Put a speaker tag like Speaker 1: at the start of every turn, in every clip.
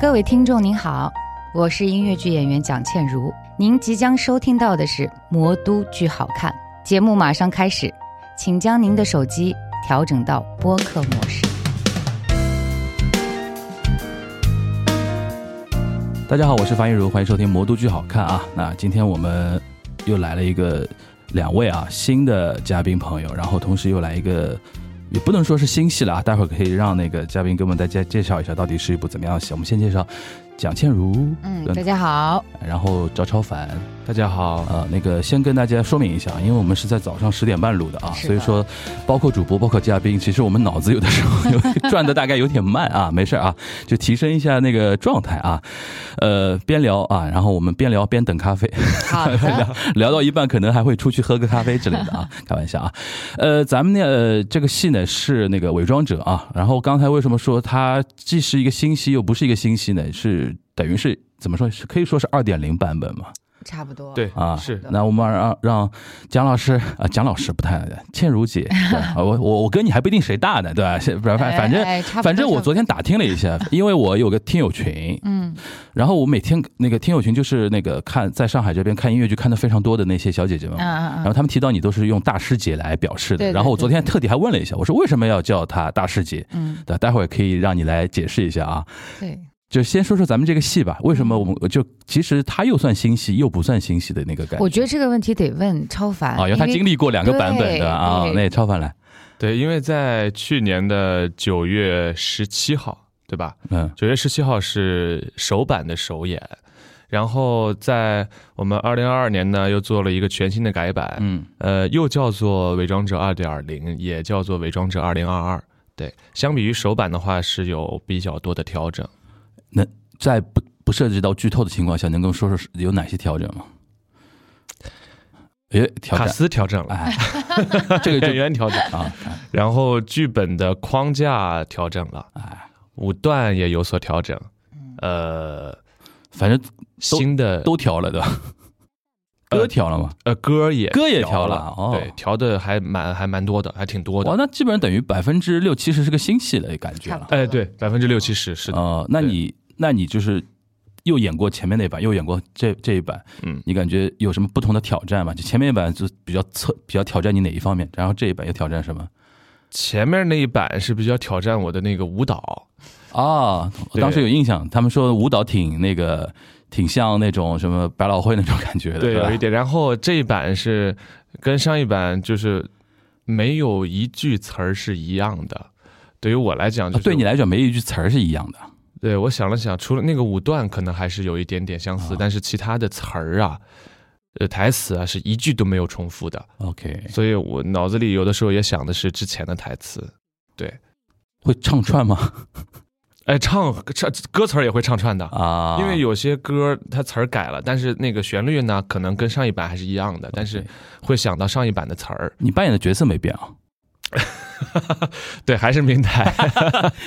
Speaker 1: 各位听众您好，我是音乐剧演员蒋倩茹。您即将收听到的是《魔都剧好看》节目，马上开始，请将您的手机调整到播客模式。
Speaker 2: 大家好，我是樊一茹，欢迎收听《魔都剧好看》啊。那今天我们又来了一个两位啊新的嘉宾朋友，然后同时又来一个，也不能说是新戏了啊，待会儿可以让那个嘉宾给我们大家介绍一下到底是一部怎么样的戏。我们先介绍蒋倩茹，
Speaker 1: 嗯，大家 好，
Speaker 2: 然后赵超凡，大家好，呃，那个先跟大家说明一下，因为我们是在早上十点半录的啊，
Speaker 1: 是的
Speaker 2: 所以说包括主播，包括嘉宾，其实我们脑子有的时候有转的大概有点慢啊， 没事儿啊，就提升一下那个状态啊，呃，边聊啊，然后我们边聊边等咖啡，
Speaker 1: 好的，
Speaker 2: 聊到一半可能还会出去喝个咖啡之类 的啊，开玩笑啊。呃，咱们呢、呃、这个戏呢是那个《伪装者》啊，然后刚才为什么说它既是一个新戏又不是一个新戏呢？是等于是怎么说？是可以说是二点零版本嘛？
Speaker 1: 差不多，
Speaker 3: 对
Speaker 2: 啊，
Speaker 3: 是
Speaker 1: 的
Speaker 2: 那我们让让蒋老师啊，蒋老师不太，倩 茹姐，对啊我我我跟你还不一定谁大呢，对吧？是反反
Speaker 1: 哎，
Speaker 2: 反正。
Speaker 1: 哎差不多
Speaker 2: 反正我
Speaker 1: 差不多
Speaker 2: 昨天打听了 一下，因为我有个听友群，
Speaker 1: 嗯，
Speaker 2: 然后我每天那个听友群就是那个看在上海这边看音乐剧看的非常多的那些小姐姐们
Speaker 1: 嗯
Speaker 2: 嘛，
Speaker 1: 嗯
Speaker 2: 然后
Speaker 1: 嗯，
Speaker 2: 他们提到你都是用大师姐来表示
Speaker 1: 对
Speaker 2: 的，
Speaker 1: 对
Speaker 2: 然后我
Speaker 1: 对
Speaker 2: 昨天特地还问了一下，我说为什么要叫她大师姐？
Speaker 1: 嗯，
Speaker 2: 对，待会儿可以让你来解释一下啊。
Speaker 1: 对，
Speaker 2: 就先说说咱们这个戏吧，为什么我们就其实它又算新戏又不算新戏的那个感觉？
Speaker 1: 我觉得这个问题得问超凡
Speaker 2: 啊，因为他经历过两个版本
Speaker 1: 对
Speaker 2: 的啊
Speaker 1: 对，
Speaker 2: 那超凡来，
Speaker 3: 对，因为在去年的九月十七号，对吧？
Speaker 2: 嗯，
Speaker 3: 九月十七号是首版的首演，然后在我们二零二二年呢，又做了一个全新的改版，
Speaker 2: 嗯，
Speaker 3: 呃，又叫做《伪装者二点零》，也叫做《伪装者二零二二》。对，相比于首版的话，是有比较多的调整。
Speaker 2: 在不不涉及到剧透的情况下，能跟我说说是有哪些调整吗？诶，调
Speaker 3: 卡
Speaker 2: 整，
Speaker 3: 斯调整了，
Speaker 2: 哎，这个
Speaker 3: 演
Speaker 2: 就
Speaker 3: 员调整，
Speaker 2: 啊，
Speaker 3: 然后剧本的框架调整了，
Speaker 2: 哎，
Speaker 3: 舞段也有所调整，呃，
Speaker 2: 反正
Speaker 3: 新的
Speaker 2: 都调了对吧？
Speaker 3: 呃
Speaker 2: 歌调了吗？
Speaker 3: 呃，歌也
Speaker 2: 歌也调
Speaker 3: 调
Speaker 2: 了哦
Speaker 3: 对，调的还蛮还蛮多的，还挺多
Speaker 2: 哇，
Speaker 3: 的。
Speaker 2: 那基本上等于百分之六七十是个新戏了，感觉
Speaker 1: 差不
Speaker 2: 了。
Speaker 1: 多
Speaker 3: 哎，对，百分之六七十是的，
Speaker 2: 哦，那你那你就是又演过前面那版，又演过这这一版，
Speaker 3: 嗯，
Speaker 2: 你感觉有什么不同的挑战吗？就前面一版就比较测，比较挑战你哪一方面，然后这一版又挑战什么？
Speaker 3: 前面那一版是比较挑战我的那个舞蹈，
Speaker 2: 啊，我
Speaker 3: 对
Speaker 2: 当时有印象，他们说舞蹈挺那个，挺像那种什么百老汇那种感觉的，
Speaker 3: 对，有一
Speaker 2: 吧？
Speaker 3: 点。然后这一版是跟上一版就是没有一句词儿是一样的。对于我来讲，
Speaker 2: 啊
Speaker 3: 就是
Speaker 2: 对你来讲，没一句词儿是一样的。
Speaker 3: 对我想了想，除了那个舞段可能还是有一点点相似，
Speaker 2: 啊
Speaker 3: 但是其他的词儿啊，呃，台词啊是一句都没有重复的，
Speaker 2: OK，
Speaker 3: 所以我脑子里有的时候也想的是之前的台词。
Speaker 2: 会唱串吗？
Speaker 3: 哎，唱唱歌词儿也会唱串的，
Speaker 2: 啊，
Speaker 3: 因为有些歌它词儿改了，但是那个旋律呢，可能跟上一版还是一样的，但是
Speaker 2: OK
Speaker 3: 会想到上一版的词儿。
Speaker 2: 你扮演的角色没变啊。
Speaker 3: 对，还是明台。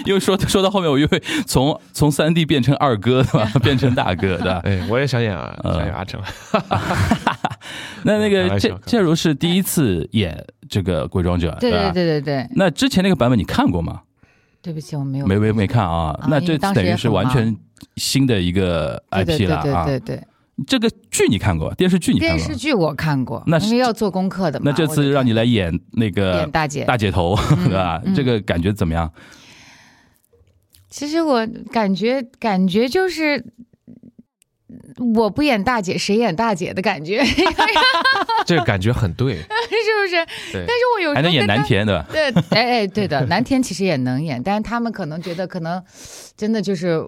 Speaker 2: 因为说说到后面，我就会从从三弟变成二哥对 吧？变成大哥的。
Speaker 3: 哎，我也想演啊，
Speaker 2: 嗯
Speaker 3: 想演阿成。
Speaker 2: 那那
Speaker 3: 开
Speaker 2: 个
Speaker 3: 玩笑
Speaker 2: 建
Speaker 3: 开玩笑
Speaker 2: 建如是第一次演这个鬼装者，
Speaker 1: 对
Speaker 2: 吧
Speaker 1: 对对对对，
Speaker 2: 那之前那个版本你看过吗？
Speaker 1: 对不起，我没有
Speaker 2: 没没没看啊
Speaker 1: 啊，
Speaker 2: 那
Speaker 1: 因
Speaker 2: 这
Speaker 1: 为当
Speaker 2: 次
Speaker 1: 时
Speaker 2: 等于
Speaker 1: 也
Speaker 2: 是
Speaker 1: 很
Speaker 2: 完
Speaker 1: 忙
Speaker 2: 全新的一个
Speaker 1: 对对
Speaker 2: IP 了
Speaker 1: 对
Speaker 2: 啊。
Speaker 1: 对对对，
Speaker 2: 这个剧你看过，电视剧你看
Speaker 1: 电
Speaker 2: 过
Speaker 1: 视。剧我看过，
Speaker 2: 那是
Speaker 1: 因为要做功课的嘛。
Speaker 2: 那这
Speaker 1: 我就
Speaker 2: 次让你来演那
Speaker 1: 演
Speaker 2: 个
Speaker 1: 大姐，
Speaker 2: 大姐头， 对吧？
Speaker 1: 嗯
Speaker 2: 这个感觉怎么样？
Speaker 1: 其实我感觉感觉就是。我不演大姐，谁演大姐的感觉， 是
Speaker 3: 这个感觉很对，
Speaker 1: 不是？
Speaker 3: 对，
Speaker 1: 但是我有时
Speaker 2: 还
Speaker 1: 候
Speaker 2: 能演
Speaker 1: 跟他
Speaker 2: 南田，对吧？
Speaker 1: 对，哎哎，对的，南天其实也能演，但是他们可能觉得可能真的就是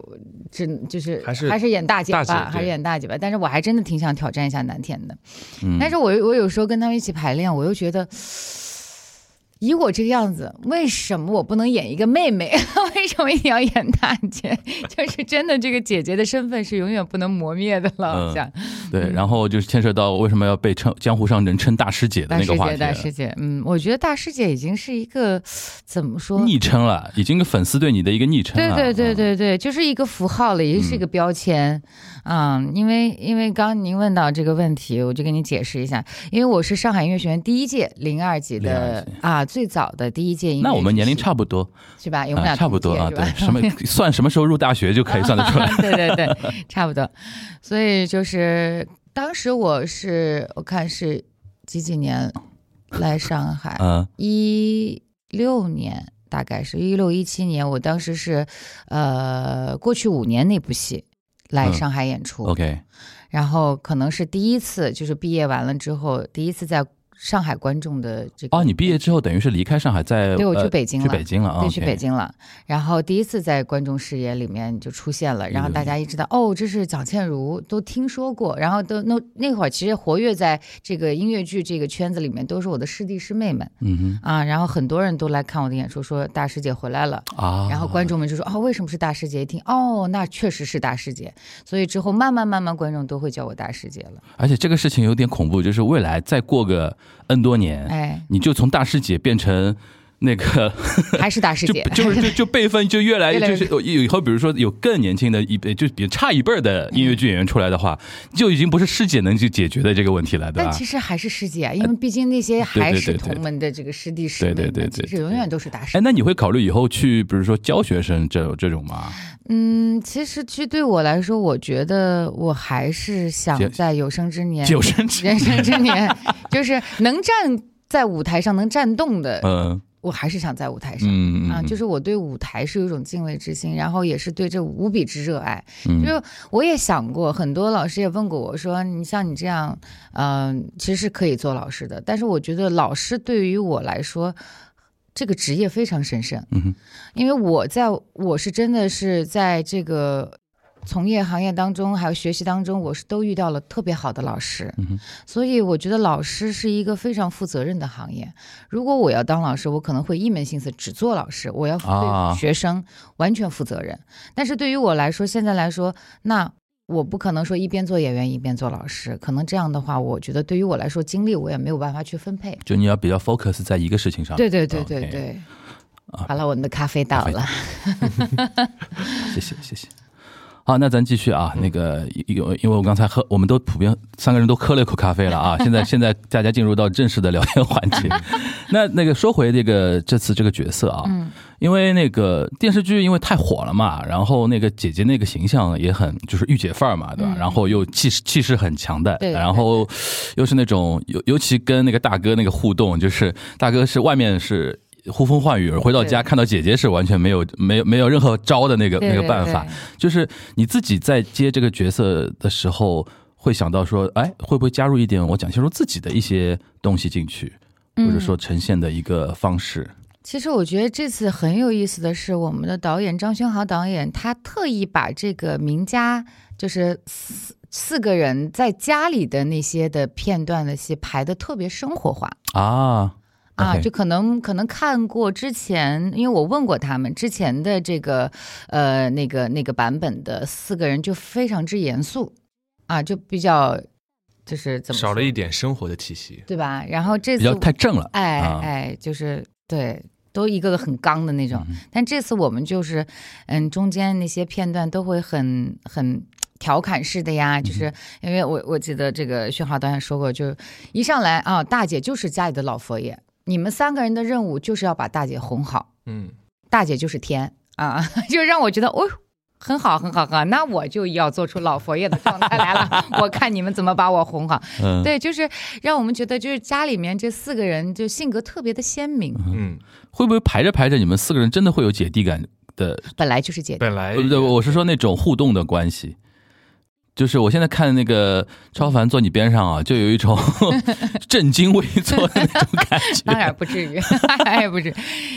Speaker 1: 只就是
Speaker 3: 还是
Speaker 1: 演大姐吧，
Speaker 3: 大姐对
Speaker 1: 还是演大姐吧。但是我还真的挺想挑战一下南天的，
Speaker 2: 嗯
Speaker 1: 但是我我有时候跟他们一起排练，我又觉得。 以我这个样子，为什么我不能演一个妹妹？ 为什么一定要演大姐？ 就是真的，这个姐姐的身份是永远不能磨灭的了。
Speaker 2: 嗯
Speaker 1: 好像
Speaker 2: 对，然后就是牵扯到为什么要被称江湖上人称大师姐的
Speaker 1: 大
Speaker 2: 那
Speaker 1: 师
Speaker 2: 个话
Speaker 1: 姐，
Speaker 2: 题啊
Speaker 1: 大
Speaker 2: 了，
Speaker 1: 师姐，嗯，我觉得大师姐已经是一个怎么说
Speaker 2: 昵称了，已经粉丝对你的一个昵称
Speaker 1: 对
Speaker 2: 了。
Speaker 1: 对对
Speaker 2: 嗯，
Speaker 1: 对对，就是一个符号了，也是一个标签，嗯，因为因为刚刚您问到这个问题，我就给你解释一下，因为我是上海音乐学院第一届零二级的
Speaker 2: 02级
Speaker 1: 啊，最早的第一届音乐，
Speaker 2: 那我们年龄差不多，
Speaker 1: 是吧？因为哎我们
Speaker 2: 啊，
Speaker 1: 俩
Speaker 2: 差不多
Speaker 1: 同
Speaker 2: 啊，
Speaker 1: 届是吧
Speaker 2: 对，什么 算什么时候入大学就可以算得 出来。
Speaker 1: 对对对，差不多。所以就是当时我是我看是几几年来上海，
Speaker 2: 嗯
Speaker 1: 一六年大概是一六一七年，我当时是呃过去五年那部戏来
Speaker 2: 嗯
Speaker 1: 上海演出，
Speaker 2: ，OK，
Speaker 1: 然后可能是第一次就是毕业完了之后第一次在上海观众的这个
Speaker 2: 哦，你毕业之后等于是离开上海，在
Speaker 1: 对我去
Speaker 2: 呃
Speaker 1: 北京
Speaker 2: 去
Speaker 1: 了。
Speaker 2: 北京了啊，
Speaker 1: 对，去
Speaker 2: OK
Speaker 1: 北。京了。然后第一次在观众视野里面就出现了，然后大家一知道哦，这是蒋倩茹，都听说过。然后都那那会儿其实活跃在这个音乐剧这个圈子里面，都是我的师弟师妹们
Speaker 2: 嗯
Speaker 1: 啊。然后很多人都来看我的演出，说大师姐回来了。
Speaker 2: 哼啊，
Speaker 1: 然后观众们就说：“哦，为什么是大师姐？”一听，哦，那确实是大师姐。所以之后慢慢慢慢，观众都会叫我大师姐了。
Speaker 2: 而且这个事情有点恐怖，就是未来再过个 N 多年，
Speaker 1: 哎，
Speaker 2: 你就从大师姐变成那个
Speaker 1: 还是大师
Speaker 2: 就
Speaker 1: 姐，
Speaker 2: 就是就就辈分就越 来
Speaker 1: 越来
Speaker 2: 就
Speaker 1: 越
Speaker 2: 是以后比如说有更年轻的一辈，就比差一辈儿的
Speaker 1: 嗯
Speaker 2: 音乐剧演员出来的话，就已经不是师姐能去解决的这个问题了，对
Speaker 1: 但
Speaker 2: 吧？哎
Speaker 1: 其实还是师姐啊，因为毕竟那些还
Speaker 2: 对
Speaker 1: 是
Speaker 2: 对对
Speaker 1: 同门的这个师弟师妹
Speaker 2: 对
Speaker 1: 们，
Speaker 2: 对对对
Speaker 1: 其实永远都是大师
Speaker 2: 哎，。那你会考虑以后去，比如说教学生这这种吗？
Speaker 1: 嗯，其实其实对我来说，我觉得我还是
Speaker 2: 就
Speaker 1: 想在有生之年、
Speaker 2: 九 生 之
Speaker 1: 人生之年，就是能站在舞台上能站动的，
Speaker 2: 嗯
Speaker 1: 我还是想在舞台上。
Speaker 2: 嗯
Speaker 1: 啊，就是是我对舞台是有一种敬畏之心，然后也是对这无比之热爱。
Speaker 2: 嗯
Speaker 1: 就是我也想过，很多老师也问过我说，你像你这样，嗯、其实是可以做老师的，但是我觉得老师对于我来说，这个职业非常神圣，
Speaker 2: 嗯哼
Speaker 1: 因为我在我是真的是在这个。从业行业当中，还有学习当中，我是都遇到了特别好的老师，
Speaker 2: 嗯哼
Speaker 1: 所以我觉得老师是一个非常负责任的行业。如果我要当老师，我可能会一门心思只做老师，我要
Speaker 2: 啊
Speaker 1: 对学生完全负责任。但是对于我来说，现在来说，那我不可能说一边做演员一边做老师，可能这样的话，我觉得对于我来说，精力我也没有办法去分配。
Speaker 2: 就你要比较 focus 在一个事情上。
Speaker 1: 对对对对
Speaker 2: 啊 OK
Speaker 1: 对。
Speaker 2: 啊
Speaker 1: 好了，我们的咖啡到
Speaker 2: 咖啡
Speaker 1: 了。
Speaker 2: 谢谢谢谢。好，那咱继续
Speaker 1: 嗯
Speaker 2: 啊，那个有，因为我刚才喝，我们都普遍三个人都喝了一口咖啡了 啊，现在现在大家进入到正式的聊天环节。那那个说回这个这次这个角色啊，
Speaker 1: 嗯
Speaker 2: 因为那个电视剧因为太火了嘛，然后那个姐姐那个形象也很就是御姐范儿嘛，对吧？
Speaker 1: 嗯
Speaker 2: 然后又气势气势很强的，
Speaker 1: 对对
Speaker 2: 然后又是那种尤尤其跟那个大哥那个互动，就是大哥是外面是。呼风唤雨，回到家
Speaker 1: 对
Speaker 2: 看到姐姐是完全没有、没有、没有任何招的那个
Speaker 1: 对
Speaker 2: 那
Speaker 1: 对
Speaker 2: 个办法
Speaker 1: 对，
Speaker 2: 就是你自己在接这个角色的时候，会想到说，哎，会不会加入一点我讲清楚自己的一些东西进去，或
Speaker 1: 嗯
Speaker 2: 者说呈现的一个方式？
Speaker 1: 其实我觉得这次很有意思的是，我们的导演张轩豪导演，他特意把这个名家就是四四个人在家里的那些的片段的戏排的特别生活化。
Speaker 2: 啊
Speaker 1: 啊，
Speaker 2: OK
Speaker 1: 就可能可能看过之前，因为我问过他们之前的这个呃那个那个版本的四个人就非常之严肃啊，就比较就是怎么
Speaker 3: 少了
Speaker 1: 说
Speaker 3: 一点生活的气息。
Speaker 1: 对吧？然后这
Speaker 2: 比
Speaker 1: 次
Speaker 2: 较太正了。
Speaker 1: 哎、
Speaker 2: 啊
Speaker 1: 哎，就是对，都一个个很刚的那种。但这次我们就是，嗯，中间那些片段都会很很。调侃式的呀，就是因为我我记得这个薛华导演说过，就是一上来啊，大姐就是家里的老佛爷，你们三个人的任务就是要把大姐哄好，
Speaker 3: 嗯，
Speaker 1: 大姐就是天啊， 就让我觉得哦，很好很好很好，那我就要做出老佛爷的状态来了， 我看你们怎么把我哄好。
Speaker 2: 嗯，
Speaker 1: 对，就是让我们觉得，就是家里面这四个人就性格特别的鲜明，
Speaker 3: 嗯，
Speaker 2: 会不会排着排着，你们四个人真的会有姐弟感的？
Speaker 1: 本来就是姐弟。
Speaker 3: 本来
Speaker 2: 呃不对，我是说那种互动的关系。就是我现在看那个超凡坐你边上啊，就有一种 震惊未坐的那种感觉。
Speaker 1: 当然不至 于，也不至于。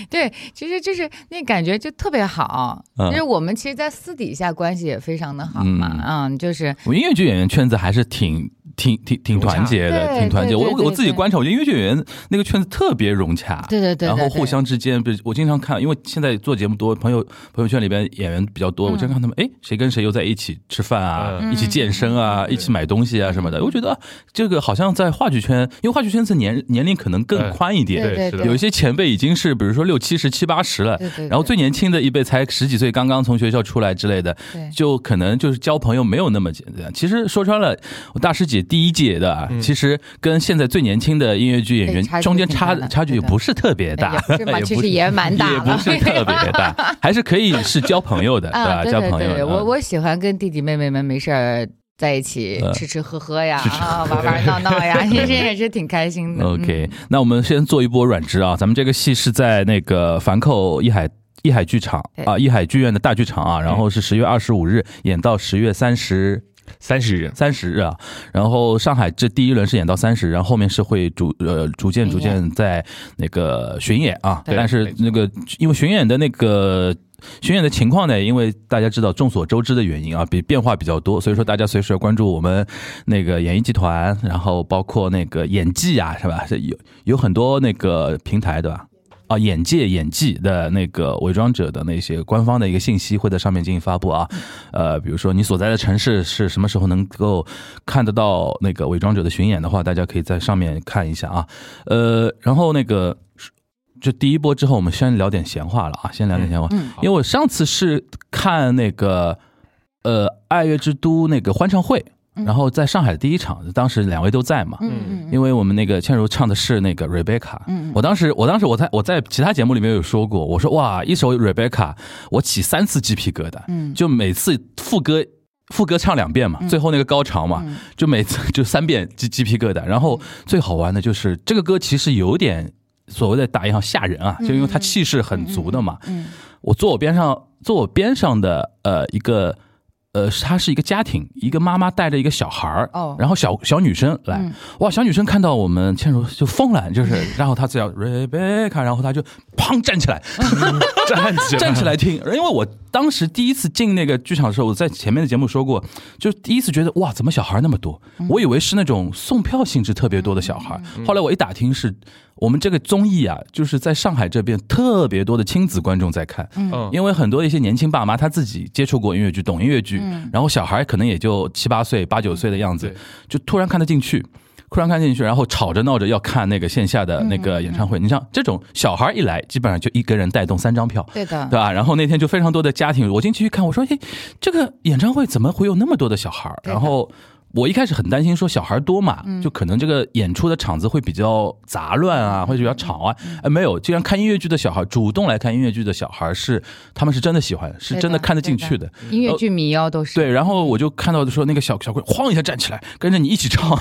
Speaker 1: 对，其实就是那感觉就特别好。
Speaker 2: 嗯
Speaker 1: 就是我们其实，在私底下关系也非常的好嘛，嗯，就是
Speaker 2: 我音乐剧演员圈子还是挺挺挺挺团结的，
Speaker 1: 对
Speaker 2: 挺团结。
Speaker 1: 对
Speaker 2: 我
Speaker 1: 对对
Speaker 2: 我自己
Speaker 1: 对
Speaker 2: 观察，我觉得音乐剧演员那个圈子特别融洽，
Speaker 1: 对对对对
Speaker 2: 然后互
Speaker 1: 对
Speaker 2: 相之间，比如我经常看，因为现在做节目多，朋友朋友圈里边演员比较
Speaker 1: 嗯
Speaker 2: 多，我经常看他们，哎，谁跟谁又在一起吃饭啊，
Speaker 3: 嗯
Speaker 2: 一起健身啊，一起买东西啊什么的。我觉得啊这个好像在话剧圈，因为话剧圈子年年龄可能更
Speaker 3: 哎
Speaker 2: 宽一点，
Speaker 1: 对对
Speaker 3: 是
Speaker 1: 对，
Speaker 2: 有一些前辈已经是比如说六七十、七八十了
Speaker 1: 对对，对
Speaker 2: 然后最年轻的一辈才十几岁，刚刚从学校出来之类的，
Speaker 1: 对
Speaker 2: 就可能就是交朋友没有那么简单。其实说穿了，我大师姐第一届的啊，
Speaker 3: 嗯
Speaker 2: 其实跟现在最年轻的音乐剧演员
Speaker 1: 哎对差距
Speaker 2: 中间
Speaker 1: 挺大
Speaker 2: 差
Speaker 1: 的
Speaker 2: 差距
Speaker 1: 对
Speaker 2: 也
Speaker 1: 的
Speaker 2: 不是特别大，
Speaker 1: 哎也不是嘛，
Speaker 2: 也
Speaker 1: 其
Speaker 2: 不
Speaker 1: 实
Speaker 2: 是
Speaker 1: 也蛮大
Speaker 2: 也
Speaker 1: 了
Speaker 2: 不。是特别 大，还是可以是交朋友的，对吧？
Speaker 1: 啊，对
Speaker 2: 交
Speaker 1: 对
Speaker 2: 朋友
Speaker 1: 对，
Speaker 2: 的，
Speaker 1: 我
Speaker 2: 嗯
Speaker 1: 我喜欢跟弟弟妹妹们没事儿在一起
Speaker 2: 嗯
Speaker 1: 吃吃喝喝呀，
Speaker 2: 吃吃
Speaker 1: 啊，玩玩闹闹 呀，其实也是挺开心的。嗯
Speaker 2: OK，那我们先做一波软知啊，咱们这个戏是在那个樊扣一海一海剧场
Speaker 1: 对
Speaker 2: 啊，一海剧院的大剧场啊，然后是十月二十五日演到十月三十
Speaker 3: 三十人，
Speaker 2: 三十日啊，然后上海这第一轮是演到三十，然后后面是会逐呃逐渐
Speaker 1: 巡
Speaker 2: 逐
Speaker 1: 演
Speaker 2: 渐在那个巡演啊，
Speaker 1: 对
Speaker 2: 但是
Speaker 3: 没错
Speaker 2: 那个因为巡演的那个。巡演的情况呢，因为大家知道众所周知的原因啊，比变化比较多，所以说大家随时要关注我们那个演艺集团，然后包括那个演技啊，是吧？是有有很多那个平台，对吧？啊，眼界、演技的那个伪装者的那些官方的一个信息会在上面进行发布啊，呃，比如说你所在的城市是什么时候能够看得到那个伪装者的巡演的话，大家可以在上面看一下啊，呃，然后那个就第一波之后，我们先聊点闲话了啊，先聊点闲话，
Speaker 1: 嗯
Speaker 2: 因为我上次是看那个呃《爱乐之都》那个欢唱会，
Speaker 1: 嗯
Speaker 2: 然后在上海的第一场，当时两位都在嘛，
Speaker 1: 嗯嗯嗯
Speaker 2: 因为我们那个倩茹唱的是那个 Rebecca，
Speaker 1: 嗯嗯
Speaker 2: 我当时我当时我在我在其他节目里面有说过，我说哇，一首 Rebecca 我起三次鸡皮疙瘩，
Speaker 1: 嗯，
Speaker 2: 就每次副歌副歌唱两遍嘛，最后那个高潮嘛，
Speaker 1: 嗯
Speaker 2: 就每次 就三遍鸡鸡皮疙瘩。然后最好玩的就是这个歌其实有点所谓的打一行吓人啊，就因为它气势很足的嘛。
Speaker 1: 嗯
Speaker 2: 我坐我边上坐我边上的呃一个呃，她是一个家庭，一个妈妈带着一个小孩儿，
Speaker 1: 哦
Speaker 2: 然后小小女生来，
Speaker 1: 嗯
Speaker 2: 哇，小女生看到我们倩茹就疯了，就是，然后她只要 Rebecca，然后她就砰站起来，
Speaker 3: 站起来，
Speaker 2: 站起来听，因为我当时第一次进那个剧场的时候，我在前面的节目说过，就第一次觉得哇，怎么小孩那么多？
Speaker 3: 嗯
Speaker 2: 我以为是那种送票性质特别多的小孩，后来我一打听是我们这个综艺啊，就是在上海这边特别多的亲子观众在看，
Speaker 3: 嗯，
Speaker 2: 因为很多一些年轻爸妈他自己接触过音乐剧，懂音乐剧，
Speaker 1: 嗯
Speaker 2: 然后小孩可能也就七八岁、八九岁的样子
Speaker 3: 嗯对，
Speaker 2: 就突然看得进去，突然看进去，然后吵着闹着要看那个线下的那
Speaker 3: 嗯
Speaker 2: 个演唱会。你像这种小孩一来，基本上就一个人带动三张票。
Speaker 1: 对的
Speaker 2: 对，吧？然后那天就非常多的家庭，我进去一看，我说：“嘿，哎这个演唱会怎么会有那么多的小孩儿？”
Speaker 1: 对的嗯
Speaker 2: 然后我一开始很担心，说小孩多嘛，就可能这个演出的场子会比较杂乱啊，会比较吵啊。
Speaker 1: 嗯
Speaker 2: 哎，没有，竟然看音乐剧的小孩，主动来看音乐剧的小孩是他们是真的喜欢，是
Speaker 1: 对的
Speaker 2: 真的看得进去
Speaker 1: 对
Speaker 2: 的。
Speaker 1: 音乐剧迷哦都是
Speaker 2: 对，然后我就看到说那个小小鬼晃一下站起来，跟着你一起 唱，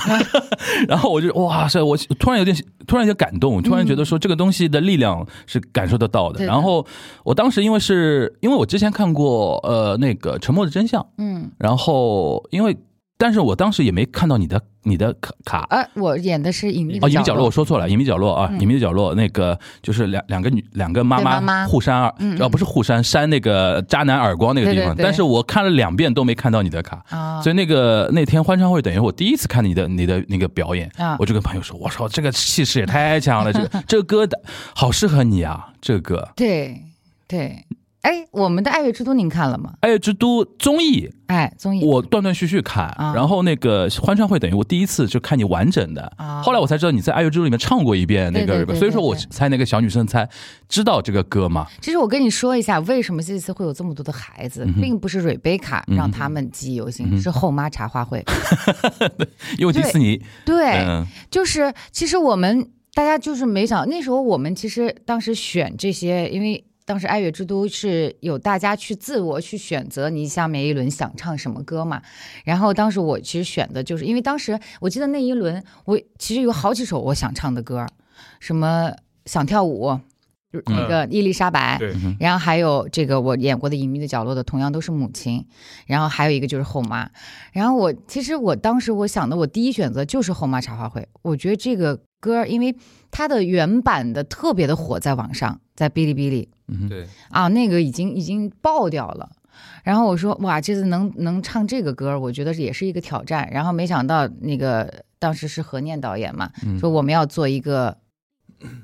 Speaker 2: 然后我就哇塞，我突然有点突然有点感动，突然觉得说这个东西的力量是感受得到
Speaker 1: 嗯
Speaker 2: 的。
Speaker 1: 对的
Speaker 2: 然后我当时因为是因为我之前看过呃那个《沉默的真相》，
Speaker 1: 嗯。
Speaker 2: 然后因为但是我当时也没看到你的你的卡卡
Speaker 1: 啊，我演的是隐秘
Speaker 2: 哦，
Speaker 1: 的
Speaker 2: 隐秘角落，我说错了，隐秘角落啊，隐秘的角落，那个就是两两个女两个妈
Speaker 1: 嗯对妈妈
Speaker 2: 互扇耳
Speaker 1: 嗯，
Speaker 2: 呃，不是互扇，扇那个渣男耳光那个地
Speaker 1: 对
Speaker 2: 方，
Speaker 1: 对对
Speaker 2: 但是我看了两遍都没看到你的卡，
Speaker 1: 啊
Speaker 2: 所以那个那天欢唱会等于我第一次看你的你的那个表演
Speaker 1: 啊，
Speaker 2: 我就跟朋友说，我操，这个气势也太强了，这 个这个歌的好适合你啊，这个歌。
Speaker 1: 对对，哎，我们的《爱乐之都》您看了吗？
Speaker 2: 爱乐之哎都综艺，
Speaker 1: 哎，综艺
Speaker 2: 我断断续续看，
Speaker 1: 啊
Speaker 2: 然后那个欢唱会等于我第一次就看你完整的，
Speaker 1: 啊，
Speaker 2: 后来我才知道你在《爱乐之都》里面唱过一遍那
Speaker 1: 对
Speaker 2: 个
Speaker 1: 对
Speaker 2: 日本，
Speaker 1: 对
Speaker 2: 所以说
Speaker 1: 对
Speaker 2: 我
Speaker 1: 对
Speaker 2: 猜那个小女生才知道这个歌嘛。
Speaker 1: 其实我跟你说一下，为什么这次会有这么多的孩子，
Speaker 2: 嗯哼
Speaker 1: 并不是瑞贝卡
Speaker 2: 嗯哼
Speaker 1: 让他们记忆犹新，
Speaker 2: 嗯哼嗯
Speaker 1: 是后妈茶话会。
Speaker 2: 因为迪士尼，
Speaker 1: 对，
Speaker 2: 嗯，
Speaker 1: 就是其实我们大家就是没想，那时候我们其实当时选这些，因为。当时《爱乐之都》是有大家去自我去选择你下面一轮想唱什么歌嘛，然后当时我其实选的就是，因为当时我记得那一轮我其实有好几首我想唱的歌，什么想跳舞，
Speaker 2: 嗯
Speaker 1: 那个伊丽莎白，
Speaker 3: 对，
Speaker 1: 然后还有这个我演过的《隐秘的角落》的，同样都是母亲，然后还有一个就是后妈。然后我其实我当时我想的，我第一选择就是后妈茶话会。我觉得这个歌儿，因为它的原版的特别的火，在网上，在哔哩哔哩
Speaker 3: 对，
Speaker 1: 啊，那个已经已经爆掉了。然后我说哇，这次能能唱这个歌儿，我觉得也是一个挑战。然后没想到那个当时是何念导演嘛，
Speaker 2: 嗯
Speaker 1: 说我们要做一个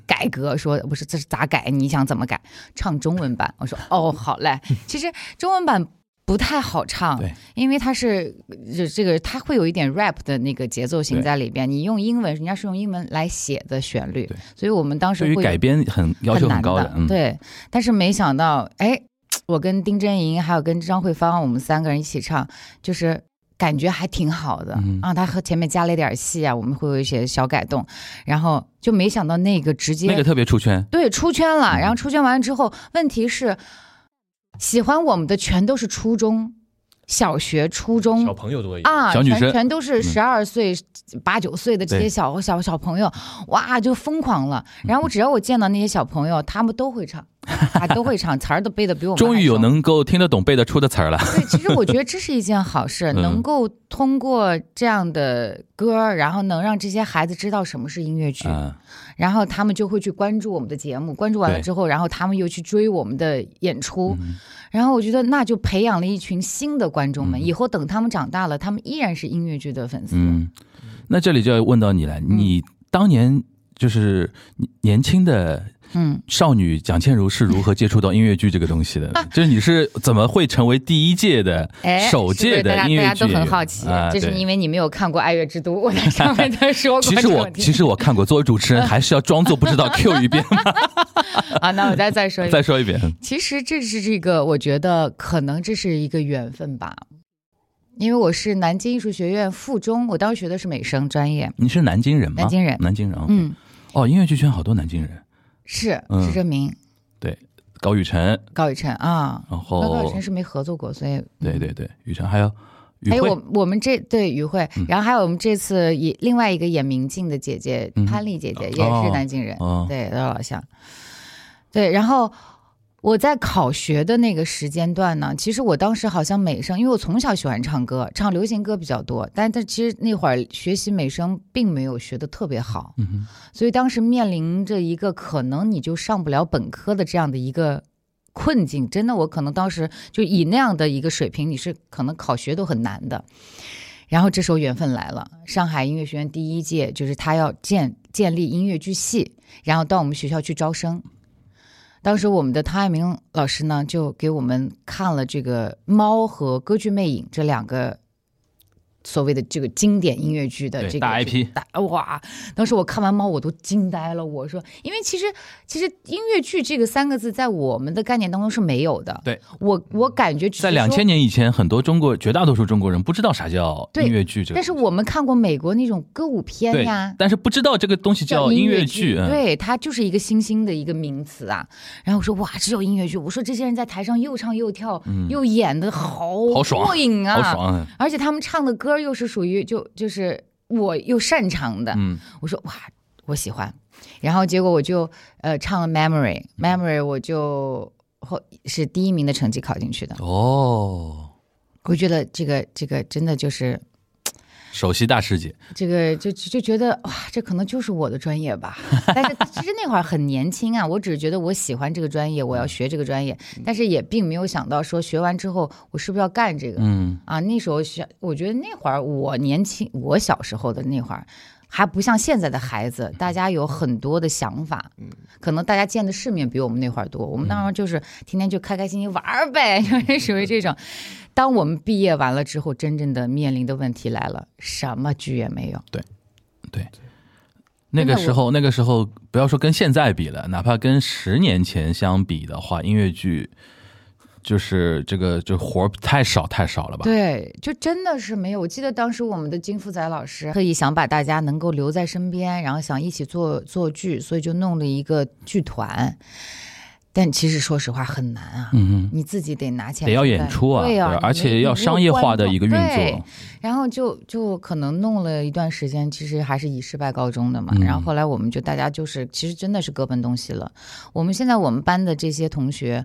Speaker 1: 改革，说不是这是咋改？你想怎么改？唱中文版。我说哦，好 嘞。其实中文版不太好唱
Speaker 2: 对，
Speaker 1: 因为它是这这个它会有一点 rap 的那个节奏型
Speaker 2: 对
Speaker 1: 在里边。你用英文，人家是用英文来写的旋律
Speaker 2: 对，
Speaker 1: 所以我们当时
Speaker 2: 对于
Speaker 1: 会有
Speaker 2: 改编很要
Speaker 1: 很
Speaker 2: 求很
Speaker 1: 难
Speaker 2: 高
Speaker 1: 的
Speaker 2: 的，，嗯，
Speaker 1: 对。但是没想到，哎，我跟丁真莹还有跟张慧芳，我们三个人一起唱，就是感觉还挺好的、
Speaker 2: 嗯
Speaker 1: 啊。他和前面加了一点戏啊，我们会有一些小改动，然后就没想到那个直接、
Speaker 2: 那个特别出圈，
Speaker 1: 对出圈了。
Speaker 2: 嗯
Speaker 1: 然后出圈完之后，问题是喜欢我们的全都是初中、小学、初中
Speaker 3: 小朋友多一点。
Speaker 1: 啊，
Speaker 2: 小女生
Speaker 1: 全全都是
Speaker 2: 嗯
Speaker 1: 十二岁、八九岁的这些
Speaker 2: 对嗯
Speaker 1: 小小小朋友，哇，就疯狂了。然后我只要我见到那些小朋友，他们都会唱，啊，都会唱，词儿都背的比我们
Speaker 2: 终于
Speaker 1: 还
Speaker 2: 有
Speaker 1: 熟
Speaker 2: 能够听得懂、背得出的词儿了。
Speaker 1: 对，其实我觉得这是一件好事，
Speaker 2: 嗯
Speaker 1: 能够通过这样的歌儿，然后能让这些孩子知道什么是音乐剧，
Speaker 2: 嗯，
Speaker 1: 然后他们就会去关注我们的节目，关注完了
Speaker 2: 对
Speaker 1: 之后，然后他们又去追我们的演出，
Speaker 2: 嗯
Speaker 1: 然后我觉得那就培养了一群新的观众们，
Speaker 2: 嗯
Speaker 1: 以后等他们长大了，他们依然是音乐剧的粉丝。
Speaker 2: 嗯，那这里就要问到你了，
Speaker 1: 嗯
Speaker 2: 你当年就是你年轻的
Speaker 1: 嗯
Speaker 2: 少女蒋倩茹是如何接触到音乐剧这个东西 的？就是你是怎么会成为第一届的
Speaker 1: 哎，
Speaker 2: 首届
Speaker 1: 是不是
Speaker 2: 的
Speaker 1: 大家
Speaker 2: 音乐剧演员？
Speaker 1: 大家都很好奇，
Speaker 2: 啊
Speaker 1: 这是
Speaker 2: 对
Speaker 1: 因为你没有看过《爱乐之都》，我 在上面都说过这
Speaker 2: 其
Speaker 1: 个
Speaker 2: 实
Speaker 1: 问题。
Speaker 2: 我其实我看过，作为主 持人还是要装作不知道 Q 一遍，
Speaker 1: 啊，那我再再说一遍。
Speaker 2: 再说一遍。
Speaker 1: 其实这是这个，我觉得可能这是一个缘分吧，因为我是南京艺术学院附中，我当时学的是美声专业。
Speaker 2: 你是南京人吗？
Speaker 1: 南京人
Speaker 2: 南京人。
Speaker 1: 嗯，
Speaker 2: 哦，音乐剧圈好多南京人，
Speaker 1: 是
Speaker 2: 嗯
Speaker 1: 是这名
Speaker 2: 高宇辰，
Speaker 1: 高雨辰啊，
Speaker 2: 然
Speaker 1: 高高雨
Speaker 2: 后
Speaker 1: 辰是没合作过，所以
Speaker 2: 哦对对对，宇辰还有宇
Speaker 1: 还有
Speaker 2: 慧，
Speaker 1: 我我们这对于慧，
Speaker 2: 嗯
Speaker 1: 然后还有我们这次也另外一个演明镜的姐姐
Speaker 2: 嗯
Speaker 1: 潘丽姐姐也
Speaker 2: 哦
Speaker 1: 是南京人，
Speaker 2: 嗯，
Speaker 1: 对，都是老乡。对，然后我在考学的那个时间段呢，其实我当时好像美声，因为我从小喜欢唱歌，唱流行歌比较多，但但其实那会儿学习美声并没有学的特别好，
Speaker 2: 嗯哼
Speaker 1: 所以当时面临着一个可能你就上不了本科的这样的一个。困境真的，我可能当时就以那样的一个水平，你是可能考学都很难的。然后这时候缘分来了，上海音乐学院第一届就是他要建建立音乐剧系，然后到我们学校去招生。当时我们的汤爱明老师呢，就给我们看了这个《猫》和《歌剧魅影》这两个所谓的这个经典音乐剧的
Speaker 2: 对
Speaker 1: 这个
Speaker 2: 大
Speaker 1: 这
Speaker 2: IP
Speaker 1: 大哇！当时我看完《猫》，我都惊呆了。我说，因为其实其实音乐剧这个三个字在我们的概念当中是没有的。
Speaker 2: 对，嗯
Speaker 1: 我我感觉只是
Speaker 2: 在两
Speaker 1: 说
Speaker 2: 千年以前，很多中国绝大多数中国人不知道啥叫
Speaker 1: 对
Speaker 2: 音乐剧这个
Speaker 1: 但
Speaker 2: 东
Speaker 1: 是
Speaker 2: 西，
Speaker 1: 我们看过美国那种歌舞片
Speaker 2: 对
Speaker 1: 呀，，
Speaker 2: 但是不知道这个东西叫音乐剧，嗯，
Speaker 1: 对，它就是一个新兴的一个名词啊。然后我说哇，只有音乐剧，我说这些人在台上又唱又跳，又演的好
Speaker 2: 嗯好爽
Speaker 1: 过瘾啊，
Speaker 2: 好爽，嗯
Speaker 1: 而且他们唱的歌又是属于就就是我又擅长的，
Speaker 2: 嗯，
Speaker 1: 我说哇，我喜欢。然后结果我就呃唱了 Memory，Memory 我就后是第一名的成绩考进去的。
Speaker 2: 哦，
Speaker 1: 我觉得这个这个真的就是
Speaker 2: 首席大师姐，
Speaker 1: 这个就就就觉得哇，这可能就是我的专业吧。但是其实那会儿很年轻啊，我只是觉得我喜欢这个专业，我要学这个专业，但是也并没有想到说学完之后我是不是要干这个。
Speaker 2: 嗯，
Speaker 1: 啊，那时候小，我觉得那会儿我年轻，我小时候的那会儿，还不像现在的孩子，大家有很多的想法，可能大家见的世面比我们那会儿多。我们当时就是天天就开开心心玩儿呗，就是属于这种。当我们毕业完了之后，真正的面临的问题来了，什么剧也没有。
Speaker 2: 那
Speaker 1: 真
Speaker 2: 个
Speaker 1: 的
Speaker 2: 时候，那个时候不要说跟现在比了，哪怕跟十年前相比的话，音乐剧就是这个就活儿太少太少了吧？
Speaker 1: 对，就真的是没有。我记得当时我们的金福仔老师特意想把大家能够留在身边，然后想一起做做剧，所以就弄了一个剧团。但其实说实话很难啊，
Speaker 2: 嗯
Speaker 1: 你自己得拿钱
Speaker 2: 得要
Speaker 1: 出
Speaker 2: 演
Speaker 1: 来
Speaker 2: 出啊，
Speaker 1: 对呀、
Speaker 2: 吧
Speaker 1: 你
Speaker 2: 而
Speaker 1: 没
Speaker 2: 且要商业化的一个运。
Speaker 1: 你没有观
Speaker 2: 作
Speaker 1: 众对，然后就就可能弄了一段时间，其实还是以失败告终的嘛。
Speaker 2: 嗯
Speaker 1: 然后后来我们就大家就是，其实真的是各奔东西了。我们现在我们班的这些同学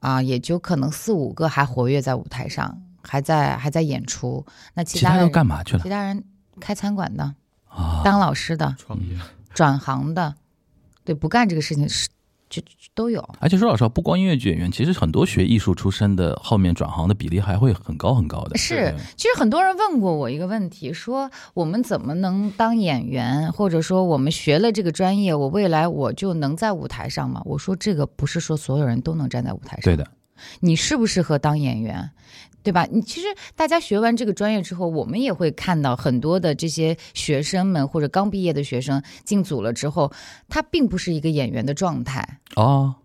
Speaker 1: 啊、也就可能四五个还活跃在舞台上，还在还在演出。那其
Speaker 2: 其
Speaker 1: 他
Speaker 2: 他
Speaker 1: 人
Speaker 2: 都干嘛去了
Speaker 1: 其他人开餐馆的、
Speaker 2: 啊？
Speaker 1: 当老师的、
Speaker 3: 创业
Speaker 1: 转行的，对，不干这个事情是就就都有。
Speaker 2: 而且说老实话，不光音乐剧演员，其实很多学艺术出身的，后面转行的比例还会很高很高的。
Speaker 1: 是，其实很多人问过我一个问题，说我们怎么能当演员，或者说我们学了这个专业，我未来我就能在舞台上吗？我说这个不是说所有人都能站在舞台上，
Speaker 2: 对的，
Speaker 1: 你适不适合当演员，对吧？你其实大家学完这个专业之后，我们也会看到很多的这些学生们或者刚毕业的学生进组了之后，他并不是一个演员的状态。
Speaker 2: 哦，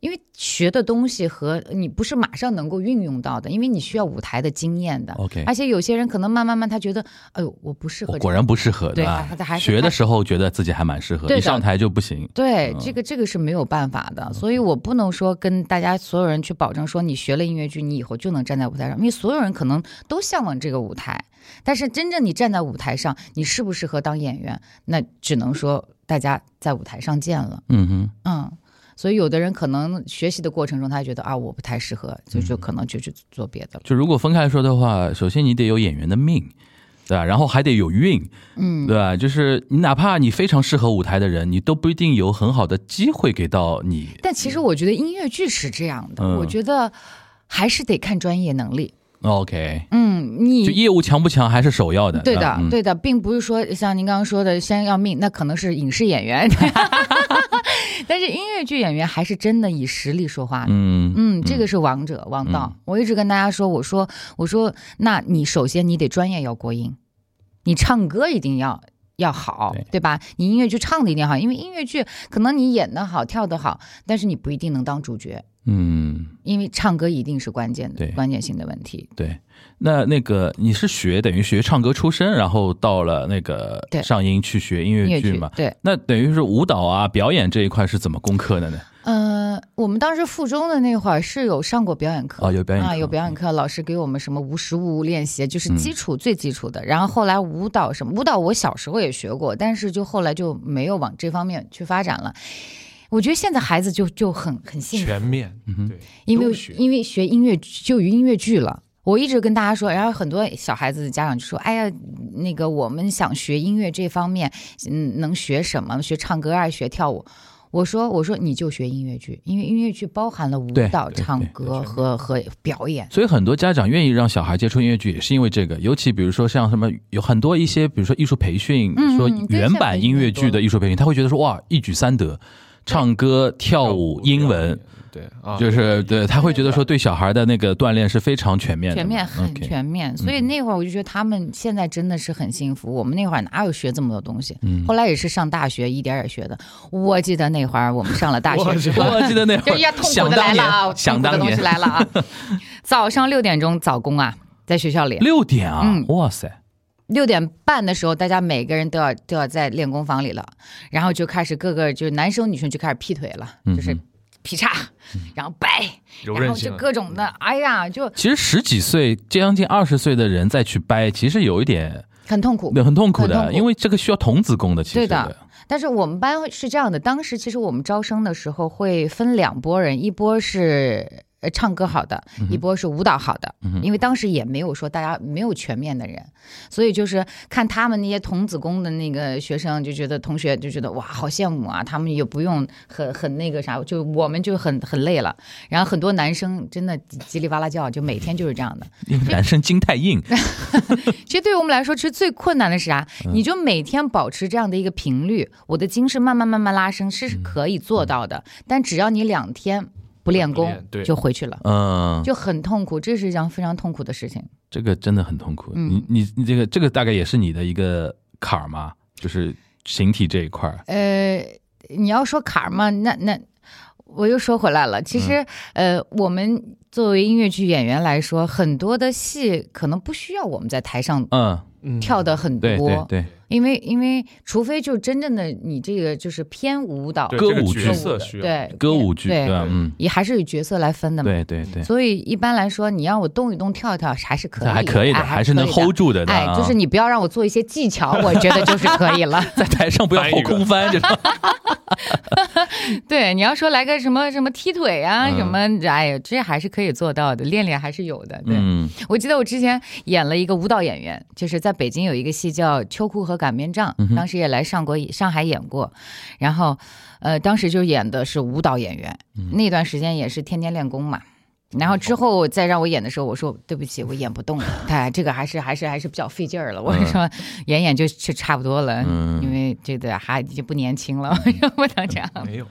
Speaker 1: 因为学的东西和你不是马上能够运用到的，因为你需要舞台的经验的。
Speaker 2: OK，
Speaker 1: 而且有些人可能慢慢慢，他觉得，哎呦，我不适合这
Speaker 2: 我
Speaker 1: 个。
Speaker 2: 果然不适合，
Speaker 1: 对
Speaker 2: 吧
Speaker 1: 还？还是
Speaker 2: 啊学的
Speaker 1: 看
Speaker 2: 时候觉得自己还蛮适合，
Speaker 1: 对
Speaker 2: 一
Speaker 1: 的
Speaker 2: 上台就不行。
Speaker 1: 对，
Speaker 2: 嗯
Speaker 1: 这个这个是没有办法的，所以我不能说跟大家所有人去保证说你学了音乐剧，你以后就能站在舞台上，因为所有人可能都向往这个舞台，但是真正你站在舞台上，你适不适合当演员，那只能说大家在舞台上见了，
Speaker 2: 嗯哼，
Speaker 1: 嗯。所以有的人可能学习的过程中，他觉得啊我不太适合，就
Speaker 2: 嗯
Speaker 1: 就可能就去做别的了。
Speaker 2: 就如果分开说的话，首先你得有演员的命。对吧？然后还得有运，
Speaker 1: 嗯，
Speaker 2: 对吧？就是你哪怕你非常适合舞台的人，你都不一定有很好的机会给到你。
Speaker 1: 但其实我觉得音乐剧是这样的，
Speaker 2: 嗯
Speaker 1: 我觉得还是得看专业能力。
Speaker 2: 哦 OK，
Speaker 1: 嗯，你
Speaker 2: 就业务强不强还是首要的。
Speaker 1: 对
Speaker 2: 吧
Speaker 1: 的，
Speaker 2: 嗯
Speaker 1: 对的，并不是说像您刚刚说的先要命，那可能是影视演员， 但是音乐剧演员还是真的以实力说话的。
Speaker 2: 嗯
Speaker 1: 嗯，这个是王者王道。我一直跟大家说，我说我说，那你首先你得专业要过硬，你唱歌一定要要好，
Speaker 2: 对
Speaker 1: 吧？你音乐剧唱的一定要好，因为音乐剧可能你演的好，跳的好，但是你不一定能当主角，
Speaker 2: 嗯，
Speaker 1: 因为唱歌一定是关键的
Speaker 2: 对
Speaker 1: 关键性的问题。
Speaker 2: 对。那那个你是学等于学唱歌出身，然后到了那个
Speaker 1: 对
Speaker 2: 上音去学音
Speaker 1: 音乐
Speaker 2: 乐剧
Speaker 1: 剧
Speaker 2: 嘛？
Speaker 1: 对，
Speaker 2: 那等于是舞蹈啊、表演这一块是怎么攻克的呢？
Speaker 1: 嗯，我们当时附中的那会儿是有上过表演课
Speaker 2: 哦有表演
Speaker 1: 啊，
Speaker 2: 课嗯
Speaker 1: 有表演课，老师给我们什么无实物练习，就是基础最基础的。然后后来舞蹈什么舞蹈，我小时候也学过，但是就后来就没有往这方面去发展了。我觉得现在孩子就就很很幸福，
Speaker 3: 全面，
Speaker 2: 嗯
Speaker 3: 对，
Speaker 1: 因为
Speaker 3: 都学
Speaker 1: 因为学音乐就有音乐剧了。我一直跟大家说，然后很多小孩子的家长就说：“哎呀，那个我们想学音乐这方面，嗯，能学什么？学唱歌还是学跳舞？”我说：“我说你就学音乐剧，因为音乐剧包含了舞
Speaker 2: 对
Speaker 1: 蹈、
Speaker 2: 对
Speaker 1: 唱
Speaker 2: 对
Speaker 1: 歌和和表演。
Speaker 2: 所以很多家长愿意让小孩接触音乐剧，也是因为这个。尤其比如说像什么，有很多一些，比如说艺术培训，
Speaker 1: 嗯
Speaker 2: 说
Speaker 1: 嗯对
Speaker 2: 原版音乐剧的艺术培训，他会觉得说哇，一举三得，唱歌、跳舞、英文，，
Speaker 3: 对啊，
Speaker 2: 就是对，他会觉得说对小孩的那个锻炼是非常全面的嘛，嗯
Speaker 1: 全面很
Speaker 2: OK
Speaker 1: 全面，所以那会儿我就觉得他们现在真的是很幸福。我们那会儿哪有学这么多东西？
Speaker 2: 嗯
Speaker 1: 后来也是上大学一点儿点儿学的。我记得那会儿我们上了大学
Speaker 3: 我
Speaker 1: 之
Speaker 3: 知
Speaker 1: 后，
Speaker 2: 我记得那会
Speaker 1: 就要
Speaker 2: 儿，
Speaker 1: 痛苦
Speaker 2: 想
Speaker 1: 的来
Speaker 2: 当
Speaker 1: 了啊！
Speaker 2: 年，
Speaker 1: 痛
Speaker 2: 想
Speaker 1: 苦的
Speaker 2: 当
Speaker 1: 东西
Speaker 2: 年，
Speaker 1: 来了啊！ 早上六点钟早工啊，在学校里
Speaker 2: 六点啊，
Speaker 1: 嗯
Speaker 2: 哇塞，
Speaker 1: 六点半的时候，大家每个人都要都要在练功房里了，然后就开始各个就是男生女生就开始劈腿了，
Speaker 2: 嗯
Speaker 1: 就是劈叉，然后掰，
Speaker 3: 柔
Speaker 1: 然
Speaker 3: 韧
Speaker 1: 后
Speaker 3: 性啊
Speaker 1: 就，各种的，哎呀，就
Speaker 2: 其实十几岁、将近二十岁的人再去掰，其实有一点
Speaker 1: 很痛苦。
Speaker 2: 很痛苦
Speaker 1: 很痛
Speaker 2: 的，
Speaker 1: 苦
Speaker 2: 因为这个需要童子功的，其
Speaker 1: 对
Speaker 2: 实
Speaker 1: 的。但是我们班是这样的，当时其实我们招生的时候会分两拨人，一波是呃唱歌好的，一波是舞蹈好的，因为当时也没有说大家没有全面的人，所以就是看他们那些童子功的那个学生，就觉得同学就觉得哇，好羡慕啊，他们也不用很很那个啥，就我们就很很累了。然后很多男生真的叽里哇啦叫，就每天就是这样的。
Speaker 2: 因为男生筋太 硬，
Speaker 1: 其实对于我们来说，其实最困难的是啥？
Speaker 2: 嗯
Speaker 1: 你就每天保持这样的一个频率，我的筋是慢慢慢慢拉伸，是可以做到的。
Speaker 2: 嗯
Speaker 1: 但只要你两天不练
Speaker 3: 不
Speaker 1: 功
Speaker 3: 练，对
Speaker 1: 就回去了，
Speaker 2: 嗯，
Speaker 1: 就很痛苦。这是一件非常痛苦的事情。
Speaker 2: 这个真的很痛苦。
Speaker 1: 嗯
Speaker 2: 你你你这个这个大概也是你的一个坎儿嘛，就是形体这一块儿。
Speaker 1: 呃，你要说坎儿嘛，那那我又说回来了。其实，
Speaker 2: 嗯
Speaker 1: 呃，我们作为音乐剧演员来说，很多的戏可能不需要我们在台上
Speaker 2: 嗯，
Speaker 3: 嗯
Speaker 1: 跳的很多，
Speaker 2: 对对对，
Speaker 1: 因为因为除非就真正的你这个就是偏舞蹈。
Speaker 3: 对
Speaker 2: 歌
Speaker 3: 这个
Speaker 2: 舞
Speaker 3: 角
Speaker 2: 剧
Speaker 3: 色需要，
Speaker 1: 对
Speaker 2: 歌舞剧
Speaker 1: 对嗯
Speaker 2: 吧？嗯，
Speaker 1: 也还是以角色来分的嘛。
Speaker 2: 对对对，
Speaker 1: 所以一般来说，你让我动一动、跳一跳，还是可以，
Speaker 2: 还可以的，
Speaker 1: 哎
Speaker 2: 还是能
Speaker 1: 可以
Speaker 2: hold 住的的
Speaker 1: 哎
Speaker 2: 啊。，
Speaker 1: 就是你不要让我做一些技巧， 我觉得就是可以了。
Speaker 2: 在台上不要后空翻，就是
Speaker 1: 对，你要说来个什么什么踢腿啊，
Speaker 2: 嗯
Speaker 1: 什么，哎呀，这还是可以做到的，练练还是有的。对，
Speaker 2: 嗯
Speaker 1: 我记得我之前演了一个舞蹈演员，就是在北京有一个戏叫《秋裤和擀面杖》，
Speaker 2: 嗯
Speaker 1: 当时也来上过上海演过，然后呃，当时就演的是舞蹈演员，
Speaker 2: 嗯
Speaker 1: 那段时间也是天天练功嘛。然后之后再让我演的时候，我说对不起，我演不动了。哎，这个还是还是还是比较费劲儿了。我说演演就就差不多了，
Speaker 2: 嗯 嗯
Speaker 1: 因为这个还已经不年轻了，我说不能这样。
Speaker 3: 没有，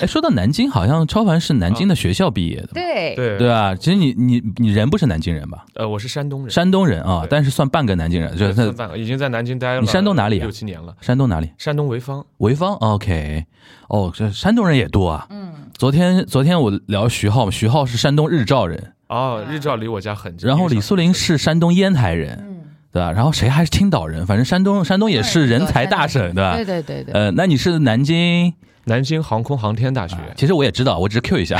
Speaker 2: 哎，说到南京，好像超凡是南京的学校毕业的，
Speaker 1: 对，
Speaker 3: 对
Speaker 2: 对吧？其实你你你人不是南京人吧？
Speaker 3: 呃，我是山东人，
Speaker 2: 山东人啊
Speaker 3: 对，
Speaker 2: 但是算半个南京人，就
Speaker 3: 对
Speaker 2: 是他
Speaker 3: 算半个已经在南京待了。
Speaker 2: 你山东哪里啊
Speaker 3: 六七年了，
Speaker 2: 山东哪里？
Speaker 3: 山东潍坊。
Speaker 2: 潍坊，OK，哦，这山东人也多啊。
Speaker 1: 嗯，
Speaker 2: 昨天昨天我聊徐浩，徐浩是山东日照人，
Speaker 3: 哦，日照离我家很近。
Speaker 2: 然后李素玲
Speaker 3: 一个小时
Speaker 2: 是山东烟台人，
Speaker 1: 嗯，
Speaker 2: 对吧？然后谁还是青岛人？反正山东山东也是人才大省，对吧
Speaker 1: 对？对对对，
Speaker 2: 呃，那你是南京？啊
Speaker 3: 南京航空航天大学，
Speaker 2: 其实我也知道，我只是 Q 一 下。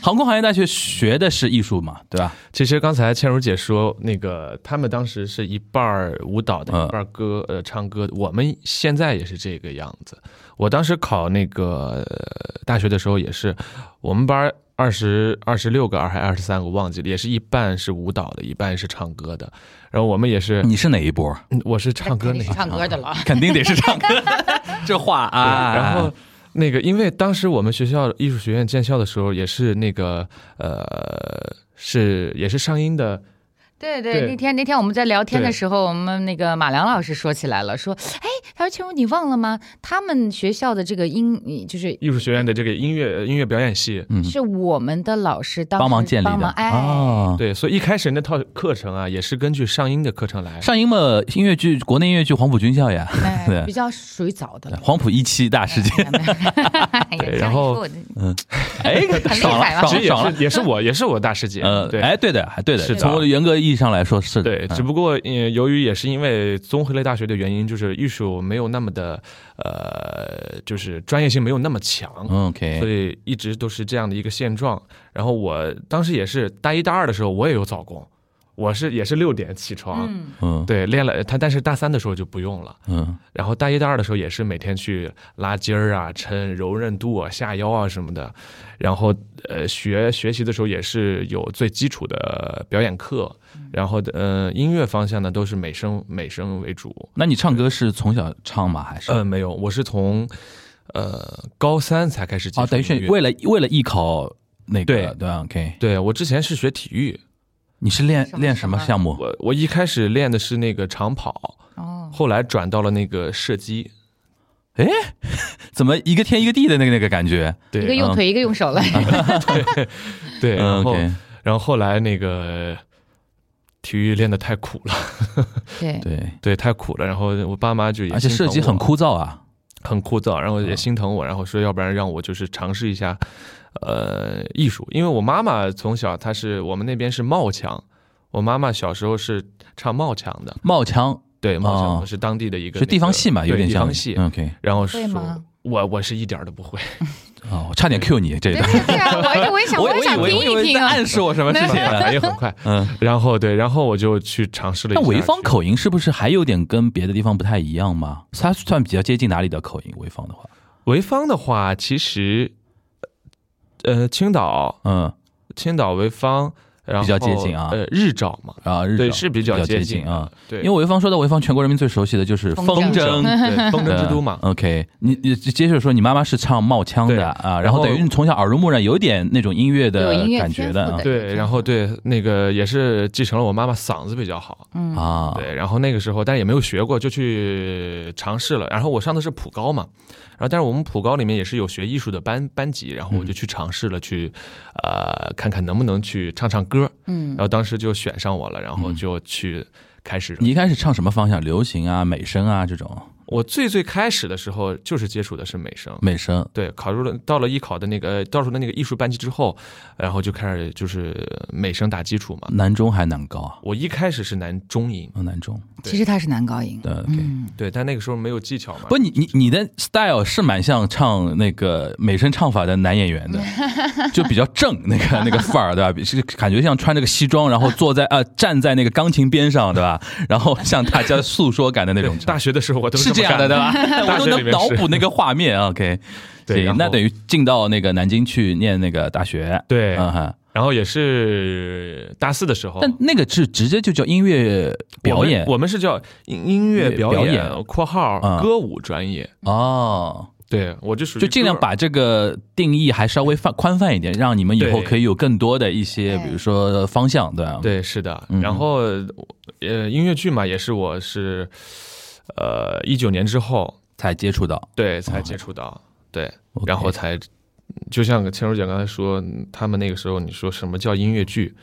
Speaker 2: 航空航业大学学的是艺术嘛，对吧？
Speaker 3: 其实刚才倩茹姐说，那个他们当时是一半儿舞蹈的，
Speaker 2: 嗯
Speaker 3: 一半儿歌呃唱歌。我们现在也是这个样子。我当时考那个呃大学的时候也是，我们班二十二十六个还二十三个忘记了，也是一半是舞蹈的，一半是唱歌的。然后我们也是，
Speaker 2: 你是哪一波？
Speaker 3: 嗯我是唱歌
Speaker 1: 那肯定
Speaker 3: 那一
Speaker 1: 是唱歌的了，
Speaker 2: 肯定得是 唱歌，这话啊。
Speaker 3: 对然后那个，因为当时我们学校艺术学院建校的时候，也是那个呃，是也是上音的，
Speaker 1: 对
Speaker 3: 对
Speaker 1: 对，那天那天我们在聊天的
Speaker 3: 对
Speaker 1: 时候，我们那个马良老师说起来了，说，哎，他说青茹你忘了吗？他们学校的这个音，就是
Speaker 3: 艺术学院的这个音乐呃音乐表演系。
Speaker 2: 嗯，
Speaker 1: 是我们的老师当时
Speaker 2: 帮忙建立
Speaker 1: 帮
Speaker 2: 的
Speaker 1: 忙哎，
Speaker 2: 啊。
Speaker 3: 对，所以一开始那套课程啊，也是根据上音的课程来。
Speaker 2: 上音嘛，音乐剧国内音乐剧《黄埔军校》呀，
Speaker 1: 哎
Speaker 2: 对
Speaker 1: 比较属于早的 了。
Speaker 2: 黄埔一期大事件，
Speaker 1: 对
Speaker 3: 对然后
Speaker 2: 哎，
Speaker 1: 很厉
Speaker 2: 爽
Speaker 1: 害
Speaker 2: 了，
Speaker 1: 吧
Speaker 3: 其
Speaker 2: 爽了，
Speaker 3: 实
Speaker 2: 爽
Speaker 3: 也
Speaker 2: 了。
Speaker 3: 是也是我也是我大师姐，
Speaker 2: 呃，
Speaker 3: 对。
Speaker 2: 哎，对的，还对的，
Speaker 3: 是的
Speaker 2: 从严格意义上来说是的
Speaker 3: 对，
Speaker 2: 嗯
Speaker 3: 只不过嗯、由于也是因为综合类大学的原因，就是艺术没有那么的呃，就是专业性没有那么强，
Speaker 2: 嗯
Speaker 3: 所
Speaker 2: OK，
Speaker 3: 以一直都是这样的一个现状。然后我当时也是大一大二的时候，我也有早工，我是也是六点起床，
Speaker 1: 嗯，
Speaker 2: 嗯
Speaker 3: 对，练了他，但是大三的时候就不用了。
Speaker 2: 嗯，
Speaker 3: 然后大一大二的时候也是每天去拉筋儿啊、抻柔韧度啊、下腰啊什么的。然后呃，学学习的时候也是有最基础的表演课。
Speaker 2: 嗯
Speaker 3: 然后呃，音乐方向呢都是美声美声为主。
Speaker 2: 那你唱歌是从小唱吗？还是
Speaker 3: 呃，没有，我是从呃高三才开始接触
Speaker 2: 啊？等于
Speaker 3: 音
Speaker 2: 是
Speaker 3: 乐
Speaker 2: 为了为了艺考那个
Speaker 3: 对啊
Speaker 2: 对吧？OK，
Speaker 3: 对我之前是学体育，
Speaker 2: 你是练
Speaker 1: 什么
Speaker 2: 练什么项目？
Speaker 3: 我我一开始练的是那个长跑，
Speaker 1: 哦，
Speaker 3: 后来转到了那个射击。
Speaker 2: 怎么一个天一个地的那个那个感觉？
Speaker 1: 一个
Speaker 3: 对
Speaker 1: 用腿，一个用手了，
Speaker 2: 啊
Speaker 3: 对，然
Speaker 2: 嗯
Speaker 3: 后
Speaker 2: OK，
Speaker 3: 然后后来那个体育练得太苦了，
Speaker 1: 对，
Speaker 2: 对，
Speaker 3: 对，太苦了。然后我爸妈就也
Speaker 2: 而且
Speaker 3: 心疼
Speaker 2: 射击
Speaker 3: 我
Speaker 2: 很枯燥啊。
Speaker 3: 很枯燥，然后也
Speaker 2: 嗯
Speaker 3: 心疼我，然后说要不然让我就是尝试一下，呃，艺术，因为我妈妈从小她是我们那边是冒腔。我妈妈小时候是唱冒腔的，
Speaker 2: 冒枪
Speaker 3: 对，冒腔、
Speaker 2: 哦
Speaker 3: 我是当地的一个、
Speaker 2: 是地方戏嘛，
Speaker 3: 那个
Speaker 2: 有点
Speaker 3: 对地
Speaker 2: 像嗯
Speaker 3: 方戏。
Speaker 2: OK，
Speaker 3: 然后
Speaker 1: 会
Speaker 3: 说
Speaker 1: 吗
Speaker 3: 我我是一点儿都 不会，啊
Speaker 2: 哦，差点 Q 你这一
Speaker 1: 对
Speaker 2: 段。
Speaker 1: 对对啊，我我也想，
Speaker 2: 我
Speaker 1: 也
Speaker 2: 以
Speaker 1: 想
Speaker 2: 为
Speaker 1: 听
Speaker 2: 我以为
Speaker 1: 一听
Speaker 2: 在
Speaker 1: 啊，
Speaker 2: 暗示我什么事情
Speaker 3: 反
Speaker 2: 啊？
Speaker 3: 反应很快。
Speaker 2: 嗯，
Speaker 3: 然后对，然后我就去尝试了一
Speaker 2: 那
Speaker 3: 下。
Speaker 2: 潍坊口音是不是还有点跟别的地方不太一样吗？它算比较接近哪里的口音？潍坊的话，
Speaker 3: 潍坊的话，其实，呃，青岛、
Speaker 2: 嗯，
Speaker 3: 青岛、潍坊，然后
Speaker 2: 比较接近啊
Speaker 3: 呃，日照嘛，
Speaker 2: 啊，日
Speaker 3: 对，
Speaker 2: 照
Speaker 3: 是比
Speaker 2: 比较
Speaker 3: 接
Speaker 2: 近
Speaker 3: 的
Speaker 2: 啊。。
Speaker 3: 对，
Speaker 2: 因为潍坊说到潍坊，全国人民最熟悉的就是
Speaker 1: 风筝
Speaker 2: 风筝，
Speaker 3: 对风筝之都嘛
Speaker 2: 对。OK，你你接着说，你妈妈是唱冒腔
Speaker 3: 对
Speaker 2: 的啊，然
Speaker 3: 然
Speaker 2: 后
Speaker 3: 后
Speaker 2: 等于你从小耳濡目染，有一点那种音乐的
Speaker 1: 有音乐
Speaker 2: 感觉
Speaker 1: 天
Speaker 2: 的
Speaker 1: 赋
Speaker 2: 啊
Speaker 1: 的
Speaker 3: 对，然后对那个也是继承了我妈妈嗓子比较好，
Speaker 1: 嗯，
Speaker 2: 啊，
Speaker 3: 对，然后那个时候但是也没有学过，就去尝试了。然后我上的是普高嘛，然后但是我们普高里面也是有学艺术的班班级，然后我
Speaker 2: 嗯
Speaker 3: 就去尝试了，去呃看看能不能去唱唱歌。
Speaker 1: 嗯
Speaker 3: 然，后当时就选上我了，然
Speaker 2: 嗯
Speaker 3: 后就去开始。
Speaker 2: 你一开始唱什么方向？流行啊、美声啊这种？
Speaker 3: 我最最开始的时候就是接触的是美声，
Speaker 2: 美声
Speaker 3: 对，考入了到了艺考的那个呃到入的那个艺术班级之后，然后就开始就是美声打基础嘛。
Speaker 2: 男中还男高啊？
Speaker 3: 我一开始是男中音，
Speaker 2: 啊男中，
Speaker 1: 其实他是男高音，
Speaker 2: 对，OK。
Speaker 1: 嗯，
Speaker 3: 对，但那个时候没有技巧嘛。
Speaker 2: 不，你你你的 style 是蛮像唱那个美声唱法的男演员的，就比较正那个那个范儿，对吧？比是感觉像穿着个西装，然后坐在呃站在那个钢琴边上，对吧？然后向大家诉说感的那
Speaker 3: 对
Speaker 2: 种，
Speaker 3: 大学的时候我都
Speaker 2: 是
Speaker 3: 这
Speaker 2: 这
Speaker 3: 么
Speaker 2: 样
Speaker 3: 干
Speaker 2: 的，对
Speaker 3: 的。
Speaker 2: 吧？我
Speaker 3: 大
Speaker 2: 都
Speaker 3: 学里
Speaker 2: 能
Speaker 3: 面
Speaker 2: 脑
Speaker 3: 是
Speaker 2: 补那个画面，OK。
Speaker 3: 对
Speaker 2: 行
Speaker 3: 然后
Speaker 2: 那等于进到那个南京去念那个大学，
Speaker 3: 对，
Speaker 2: 嗯哈。
Speaker 3: 然后也是大四的时候，
Speaker 2: 但那个是直接就叫音乐
Speaker 3: 我
Speaker 2: 表
Speaker 3: 们
Speaker 2: 演
Speaker 3: 我们是叫音音乐表
Speaker 2: 表演
Speaker 3: （括号
Speaker 2: 嗯
Speaker 3: 歌舞专业）。
Speaker 2: 哦。
Speaker 3: 对，我就属于
Speaker 2: 就尽量
Speaker 3: 歌
Speaker 2: 把这个定义还稍微泛宽泛一点，让你们以后
Speaker 3: 对
Speaker 2: 可以有更多的一些，
Speaker 1: 对
Speaker 2: 比如说方向，对吧？，
Speaker 3: 对，是的。
Speaker 2: 嗯
Speaker 3: 然后，呃，音乐剧嘛，也是我是，呃，一九年之后
Speaker 2: 才接触到。
Speaker 3: 对才接触到。对，然后才就像千茹姐刚才说，他们那个时候你说什么叫音乐剧，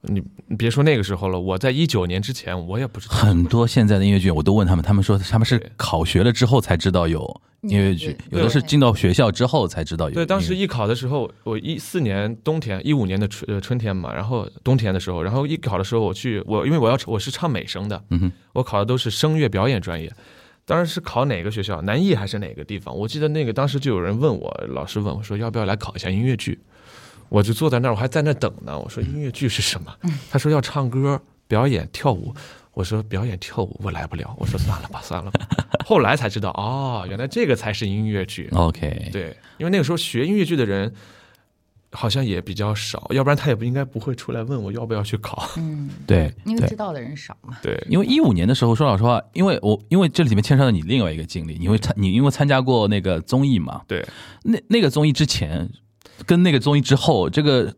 Speaker 3: 你你别说那个时候了，我在一九年之前我也不知 道。
Speaker 2: 很多现在的音乐剧，我都问他们，他们说他们是
Speaker 3: 对
Speaker 2: 考学了之后才知道有音乐剧，有
Speaker 1: 嗯对
Speaker 2: 的是进到学校之后才知道有音乐
Speaker 3: 对，
Speaker 2: 剧。
Speaker 3: 当时艺考的时候，我一四年冬天，一五年的春呃春天嘛，然后冬天的时候，然后艺考的时候，我去我因为我要我是唱美声的，
Speaker 2: 嗯哼，
Speaker 3: 我考的都是声乐表演专业，当时是考哪个学校，南艺还是哪个地方？我记得那个当时就有人问我，老师问我说要不要来考一下音乐剧，我就坐在那儿，我还在那等呢。我说音乐剧是什么？
Speaker 2: 嗯
Speaker 3: 他说要唱歌、表演、跳舞。我说表演跳舞我来不了，我说算了吧，算了吧。后来才知道，哦，原来这个才是音乐
Speaker 2: 嗯
Speaker 3: 剧。
Speaker 2: OK，
Speaker 3: 对，因为那个时候学音乐剧的人好像也比较少，要不然他也不应该不会出来问我要不要去考。
Speaker 1: 嗯，
Speaker 2: 对
Speaker 1: 因为
Speaker 2: 对
Speaker 1: 知道的人少 嘛。
Speaker 3: 对，
Speaker 2: 因为一五年的时候，说老实话，因为我因为这里面牵涉到你另外一个经历，你会参你因为参加过那个综艺嘛？
Speaker 3: 对，
Speaker 2: 那那个综艺之前跟那个综艺之后，这个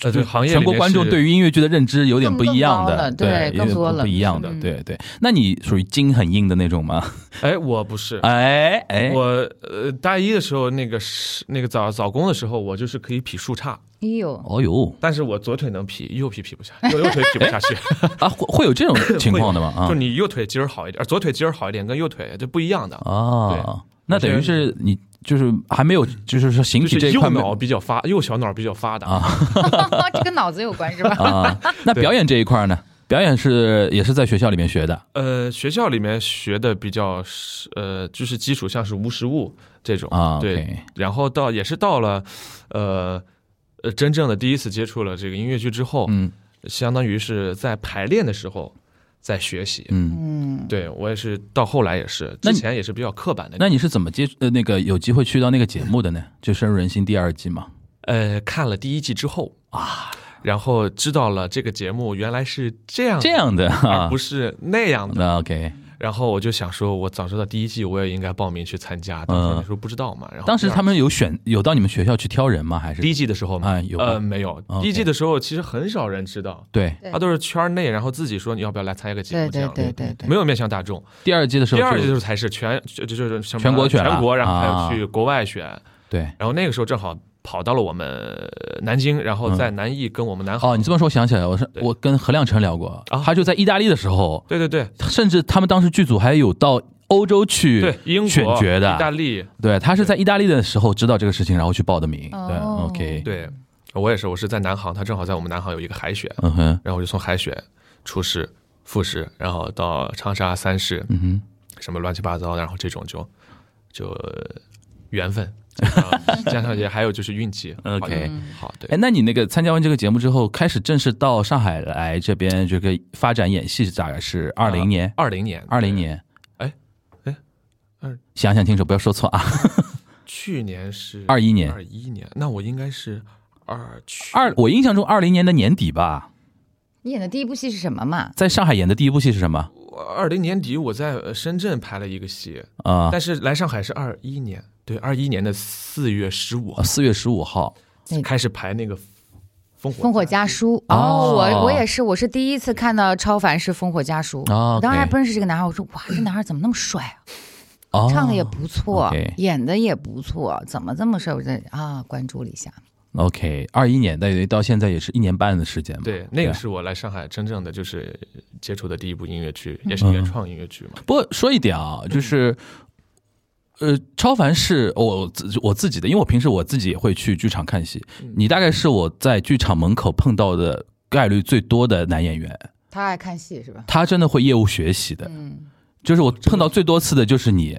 Speaker 3: 呃，对，行业
Speaker 2: 嗯全
Speaker 3: 里
Speaker 2: 国
Speaker 3: 面
Speaker 2: 观众
Speaker 3: 是
Speaker 2: 对于音乐剧的认知有点不一
Speaker 1: 更
Speaker 2: 样
Speaker 1: 高
Speaker 2: 的，
Speaker 1: 了对
Speaker 2: 有点
Speaker 1: 更多
Speaker 2: 不
Speaker 1: 了
Speaker 2: 不一样的，
Speaker 1: 嗯
Speaker 2: 对对。那你属于筋很硬的那种吗？
Speaker 3: 哎，我不是，
Speaker 2: 哎哎，
Speaker 3: 我呃大一的时候，那个是那个早早工的时候，我就是可以劈树杈，
Speaker 1: 哎 呦，
Speaker 2: 哦呦
Speaker 3: 但是我左腿能劈，右劈劈不下，右右腿劈不下去。
Speaker 2: 啊，会会有这种情况的吗？ 啊
Speaker 3: 就你右腿筋儿好一点，呃左腿筋儿好一点，跟右腿这不一样的，
Speaker 2: 哦，那等于是你就是还没有，就是说形
Speaker 3: 就
Speaker 2: 体这
Speaker 3: 是
Speaker 2: 一
Speaker 3: 右
Speaker 2: 块没有
Speaker 3: 脑比较发，右小脑比较发达。
Speaker 2: 啊
Speaker 1: 这跟脑子有关是吧？
Speaker 2: 啊。那
Speaker 3: 对
Speaker 2: 表演这一块呢？表演是也是在学校里面学的
Speaker 3: 呃，学校里面学的比较是呃，就是基础像是无实物这种
Speaker 2: 啊。
Speaker 3: 对
Speaker 2: OK，
Speaker 3: 然后到也是到了，呃呃，真正的第一次接触了这个音乐剧之后，
Speaker 2: 嗯
Speaker 3: 相当于是在排练的时候在学习。
Speaker 2: 嗯。
Speaker 1: 嗯，
Speaker 3: 对我也是，到后来也是，
Speaker 2: 那
Speaker 3: 之
Speaker 2: 你
Speaker 3: 前也是比较刻板的。
Speaker 2: 那你是怎么接呃那个有机会去到那个节目的呢？就《深入人心》第二季嘛。
Speaker 3: 呃，看了第一季之后啊，然后知道了这个节目原来是这样的
Speaker 2: 这，样的
Speaker 3: 而
Speaker 2: 啊嗯
Speaker 3: 不，是那样的。
Speaker 2: 那 OK。
Speaker 3: 然后我就想说，我早知道第一季我也应该报名去参加，当时那时候不知道嘛。然后
Speaker 2: 嗯当时
Speaker 3: 第二
Speaker 2: 他们有选有到你们学校去挑人吗？还是
Speaker 3: 第一季的时候嘛，
Speaker 2: 啊有
Speaker 3: 呃
Speaker 2: 吧
Speaker 3: 没有，
Speaker 2: OK
Speaker 3: 第一季的时候其实很少人知道，
Speaker 2: 对
Speaker 1: 对
Speaker 3: 他都是圈内，然后自己说你要不要来参加个节
Speaker 1: 对
Speaker 3: 目这
Speaker 1: 对
Speaker 2: 啊
Speaker 3: 样的。
Speaker 1: 对对对，
Speaker 3: 没有面向大众，
Speaker 2: 第二季的时候
Speaker 3: 第
Speaker 2: 就，
Speaker 3: 二季就是才是全就就就是什么
Speaker 2: 全国选了
Speaker 3: 全国，然后还
Speaker 2: 啊
Speaker 3: 有去国外选，
Speaker 2: 对
Speaker 3: 然后那个时候正好跑到了我们呃南京，然后在南艺跟我们南航
Speaker 2: 嗯哦，你这么说我想起来了，我是
Speaker 3: 对
Speaker 2: 我跟何亮成聊过，
Speaker 3: 啊
Speaker 2: 他就在意大利的时候，
Speaker 3: 对对对
Speaker 2: 甚至他们当时剧组还有到欧洲去，
Speaker 3: 对，英国、
Speaker 2: 选角的
Speaker 3: 意大利，
Speaker 2: 对他是在意大利的时候知道这个事情，然后去报的名，对
Speaker 1: 哦
Speaker 2: ，OK，，
Speaker 3: 对我也是，我是在南航，他正好在我们南航有一个海选，
Speaker 2: 嗯哼，
Speaker 3: 然后我就从海选、初试、复试，然后到长沙三试，
Speaker 2: 嗯哼，
Speaker 3: 什么乱七八糟，然后这种就就呃缘分，然后加上也还有就是运 气
Speaker 2: OK
Speaker 3: 好的好对
Speaker 2: 哎，。那你那个参加完这个节目之后，开始正式到上海来这边这个发展演戏，大概是二零年，
Speaker 3: 二零年，
Speaker 2: 二零年，
Speaker 3: 啊哎哎二
Speaker 2: 想想清楚，不要说错啊，
Speaker 3: 去年是
Speaker 2: 21年
Speaker 3: 二一年，那我应该是二去
Speaker 2: 二，我印象中二零年的年底吧，
Speaker 1: 你演的第一部戏是什么嘛？
Speaker 2: 在上海演的第一部戏是什么
Speaker 3: 二零年底，我在呃深圳拍了一个戏，
Speaker 2: 啊？
Speaker 3: 但是来上海是二一年，对，二一年的四月十五号
Speaker 2: 四月十五号，
Speaker 3: 开始排那个《烽火
Speaker 1: 《烽火家书》
Speaker 2: 哦
Speaker 1: 我我也是，我是第一次看到超凡是《烽火家书》
Speaker 2: 哦
Speaker 1: 我当时还
Speaker 2: OK
Speaker 1: 不认识这个男孩，我说哇，这男孩怎么那么帅啊？
Speaker 2: 哦，
Speaker 1: 唱的也不错
Speaker 2: OK
Speaker 1: 演的也不错，怎么这么帅？我这啊，关注了一下，
Speaker 2: OK，二一年，那到现在也是一年半的时间嘛。啊
Speaker 3: 对，那个是我来上海真正的就是接触的第一部音乐剧，也
Speaker 2: 嗯
Speaker 3: 是原创音乐剧嘛。
Speaker 2: 不过说一点啊，就是，呃，超凡是我自我自己的，因为我平时我自己也会去剧场看戏。你大概是我在剧场门口碰到的概率最多的男演员，
Speaker 1: 他爱看戏是吧？
Speaker 2: 他真的会业务学习的，
Speaker 1: 嗯，
Speaker 2: 就是我碰到最多次的就是你。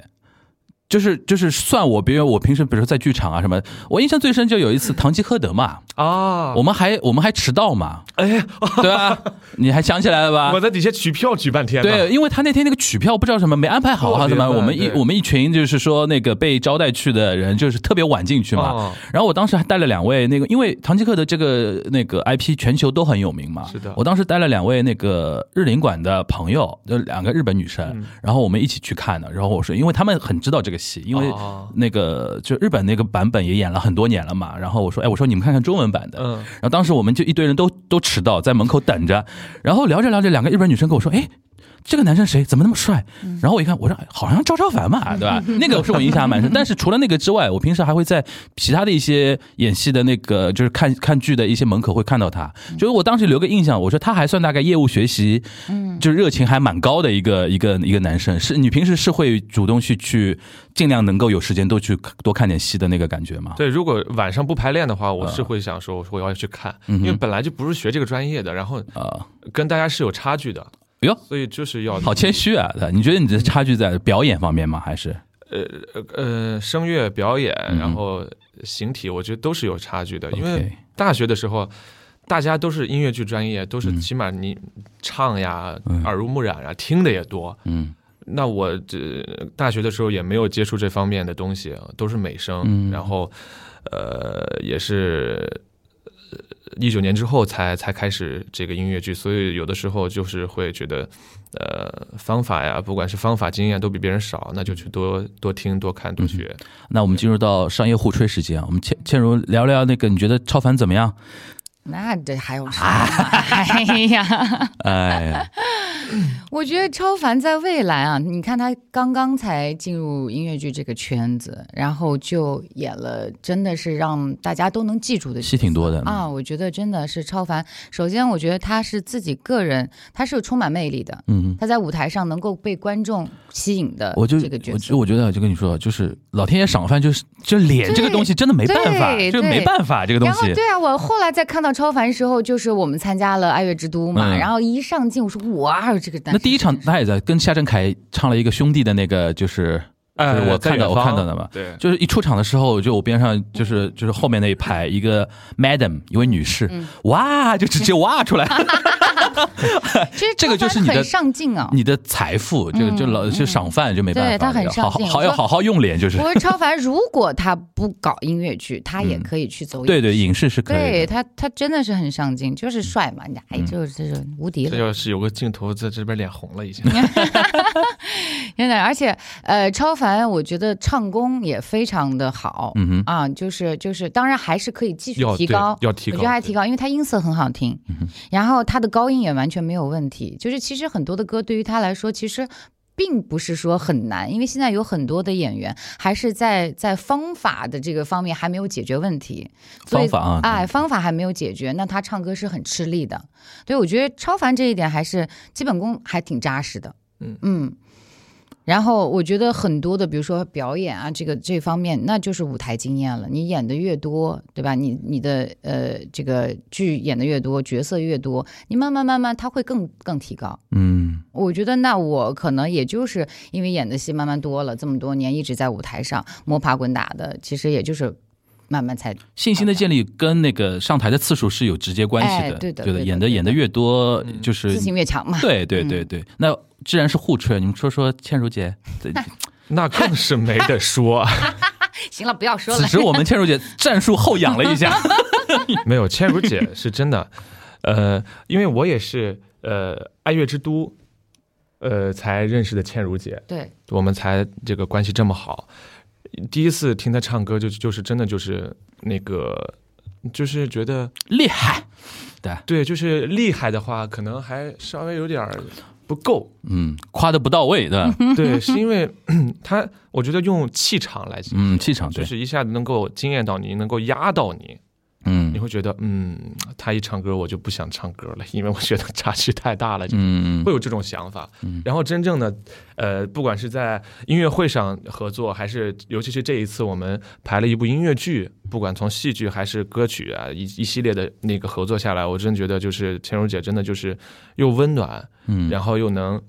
Speaker 2: 就是就是算我，别人我平时比如说在剧场啊什么，我印象最深就有一次《堂吉诃德》嘛，
Speaker 3: 啊，
Speaker 2: 我们还我们还迟到嘛，
Speaker 3: 哎，
Speaker 2: 对吧？你还想起来了吧？
Speaker 3: 我在底下取票取半天呢。
Speaker 2: 对，因为他那天那个取票不知道什么没安排好啊，
Speaker 3: 特
Speaker 2: 怎
Speaker 3: 别
Speaker 2: 么
Speaker 3: 慢
Speaker 2: 我们一
Speaker 3: 对
Speaker 2: 我们一群就是说那个被招待去的人就是特别晚进去嘛。
Speaker 3: 哦
Speaker 2: 然后我当时还带了两位那个，因为唐吉诃德这个那个 IP 全球都很有名嘛。
Speaker 3: 是的
Speaker 2: 我当时带了两位那个日领馆的朋友，就两个日本女生，
Speaker 3: 嗯
Speaker 2: 然后我们一起去看的。然后我说，因为他们很知道这个戏，因为
Speaker 3: 哦
Speaker 2: 那个就日本那个版本也演了很多年了嘛。然后我说，哎，我说你们看看中文版的。
Speaker 3: 嗯
Speaker 2: 然后当时我们就一堆人都都迟到，在门口等着。然后聊着聊着，两个日本女生跟我说：“哎，这个男生谁？怎么那么帅？然后我一看，我说哎好像赵超凡嘛，对吧？那个是我印象还蛮深。但是除了那个之外，我平时还会在其他的一些演戏的那个，就是看看剧的一些门口会看到他。就是我当时留个印象，我说他还算大概业务学习，嗯，就热情还蛮高的一个一个一个男生。是你平时是会主动去去尽量能够有时间都去多看点戏的那个感觉吗？
Speaker 3: 对，如果晚上不排练的话，我是会想说，我说我要去看，
Speaker 2: 嗯
Speaker 3: 因
Speaker 2: 哼
Speaker 3: 为本来就不是学这个专业的，然后
Speaker 2: 啊，
Speaker 3: 跟大家是有差距的，
Speaker 2: 哎呦，
Speaker 3: 所以就是要
Speaker 2: 好谦虚啊！你觉得
Speaker 1: 嗯
Speaker 2: 你的差距在表演方面吗？还是
Speaker 3: 呃声乐表演，
Speaker 2: 嗯
Speaker 3: 然后形体，我觉得都是有差距的，因为
Speaker 2: OK，
Speaker 3: 大学的时候。大家都是音乐剧专业，都是
Speaker 2: 嗯
Speaker 3: 起码你唱呀、
Speaker 2: 嗯
Speaker 3: 耳濡目染啊，听的也多。
Speaker 2: 嗯
Speaker 3: 那我这大学的时候也没有接触这方面的东西啊，都是美声，
Speaker 2: 嗯
Speaker 3: 然后呃也是呃一九年之后才才开始这个音乐剧，所以有的时候就是会觉得呃方法呀，不管是方法经验都比别人少，那就去多多听多看
Speaker 2: 嗯
Speaker 3: 多学。
Speaker 2: 那我们进入到商业互吹时间啊，我们倩倩茹聊聊那个，你觉得超凡怎么样？
Speaker 1: 那这还有啥？
Speaker 2: 啊
Speaker 1: 哎呀，
Speaker 2: 哎，
Speaker 1: 我觉得超凡在未来啊，你看他刚刚才进入音乐剧这个圈子，然后就演了，真的是让大家都能记住的
Speaker 2: 戏挺多的
Speaker 1: 啊！我觉得真的是超凡。首先，我觉得他是自己个人，他是有充满魅力的，
Speaker 2: 嗯，
Speaker 1: 他在舞台上能够被观众吸引的
Speaker 2: 我就
Speaker 1: 这个角
Speaker 2: 我
Speaker 1: 色
Speaker 2: 就。我觉得就跟你说，啊就是老天爷赏饭，就是就脸这个东西真的没办法，
Speaker 1: 对
Speaker 2: 就
Speaker 1: 对
Speaker 2: 没办法这个东
Speaker 1: 然后
Speaker 2: 西。
Speaker 1: 对啊，我后来在看到超凡时候，就是我们参加了《爱乐之都》嘛，
Speaker 2: 嗯
Speaker 1: 然后一上镜，我说哇，哦这个男
Speaker 2: 那第一场
Speaker 1: 生真是
Speaker 2: 他也在跟夏振凯唱了一个兄弟的那个，就是
Speaker 3: 哎
Speaker 2: 就是我
Speaker 3: 在
Speaker 2: 看到
Speaker 3: 远
Speaker 2: 我看
Speaker 3: 方
Speaker 2: 到的嘛，
Speaker 3: 对，
Speaker 2: 就是一出场的时候，就我边上就是就是后面那一排一个 madam 一位女士，
Speaker 1: 嗯
Speaker 2: 哇，就直接哇出来，
Speaker 1: 其实
Speaker 2: 哎这个
Speaker 1: 超凡
Speaker 2: 就是你的
Speaker 1: 很上镜啊。
Speaker 2: 你的财富就就老就赏饭就没
Speaker 1: 嗯
Speaker 2: 办
Speaker 1: 对
Speaker 2: 法
Speaker 1: 他很
Speaker 2: 了，
Speaker 1: 上
Speaker 2: 好好
Speaker 1: 进
Speaker 2: 好
Speaker 1: 我
Speaker 2: 要
Speaker 1: 说
Speaker 2: 好好用脸就是
Speaker 1: 我。说超凡，如果他不搞音乐剧，他也可以去走
Speaker 2: 嗯对
Speaker 1: 演。
Speaker 2: 对，影视是可以
Speaker 1: 对
Speaker 2: 的。嗯
Speaker 1: 他，他真的是很上镜，就是帅嘛，哎，就是这种无敌了，
Speaker 3: 这要是有个镜头在这边脸红了 一下，
Speaker 1: 真的。而且，呃，超凡我觉得唱功也非常的好，
Speaker 2: 嗯哼，
Speaker 1: 啊，就是就是，当然还是可以继续
Speaker 3: 要
Speaker 1: 提
Speaker 3: 对
Speaker 1: 高，
Speaker 3: 要提
Speaker 1: 我
Speaker 3: 高，
Speaker 1: 觉得还
Speaker 3: 对嗯
Speaker 1: 提高，因为他音色很好听，然后他的高音也完全没有问题。就是其实很多的歌对于他来说，其实。并不是说很难，因为现在有很多的演员还是在在方法的这个方面还没有解决问题，所
Speaker 2: 方
Speaker 1: 以
Speaker 2: 法啊，
Speaker 1: 哎，方法还没有解决，那他唱歌是很吃力的。对，我觉得超凡这一点还是基本功还挺扎实的。
Speaker 3: 嗯
Speaker 1: 然后我觉得很多的，比如说表演啊，这个这方面，那就是舞台经验了。你演的越多，对吧？你你的呃这个剧演的越多，角色越多，你慢慢慢慢，他会更更提高。
Speaker 2: 嗯，
Speaker 1: 我觉得那我可能也就是因为演的戏慢慢多了，这么多年一直在舞台上摸爬滚打的，其实也就是慢慢才
Speaker 2: 信心的建立跟那个上台的次数是有直接关系
Speaker 1: 哎
Speaker 2: 的。
Speaker 1: 对的
Speaker 2: 对
Speaker 1: 对的
Speaker 2: 演的
Speaker 1: 对的
Speaker 2: 演的越多，
Speaker 3: 嗯
Speaker 2: 就是
Speaker 1: 自信越嗯强嘛。
Speaker 2: 对对对对。那既然是互吹，你们说说倩茹 姐。对
Speaker 3: 那更是没得说。
Speaker 1: 行了，不要说
Speaker 2: 此
Speaker 1: 了。
Speaker 2: 时我们倩茹姐战术后仰了一 下。
Speaker 3: 没有，倩茹 姐是真的，呃，因为我也是呃爱乐之都，呃才认识的倩茹姐，
Speaker 1: 对，
Speaker 3: 我们才这个关系这么好。第一次听她唱歌就，就是真的就是那个，就是觉得
Speaker 2: 厉害。
Speaker 3: 对，就是厉害的话，可能还稍微有点儿不够。
Speaker 2: 嗯，夸的不到位
Speaker 1: 嗯
Speaker 2: 的，
Speaker 3: 对，是因为她，我觉得用气场来讲，
Speaker 2: 嗯，气场
Speaker 3: 就
Speaker 2: 对，
Speaker 3: 是一下子能够惊艳到你，能够压到你。
Speaker 2: 嗯
Speaker 3: 你会觉得，嗯，他一唱歌我就不想唱歌了，因为我觉得差距太大了，就
Speaker 2: 嗯
Speaker 3: 会有这种想法
Speaker 2: 嗯。
Speaker 3: 然后真正的，呃，不管是在音乐会上合作，还是尤其是这一次我们排了一部音乐剧，不管从戏剧还是歌曲啊，一一系列的那个合作下来，我真觉得就是倩茹姐真的就是又温暖，
Speaker 2: 嗯，
Speaker 3: 然后又能。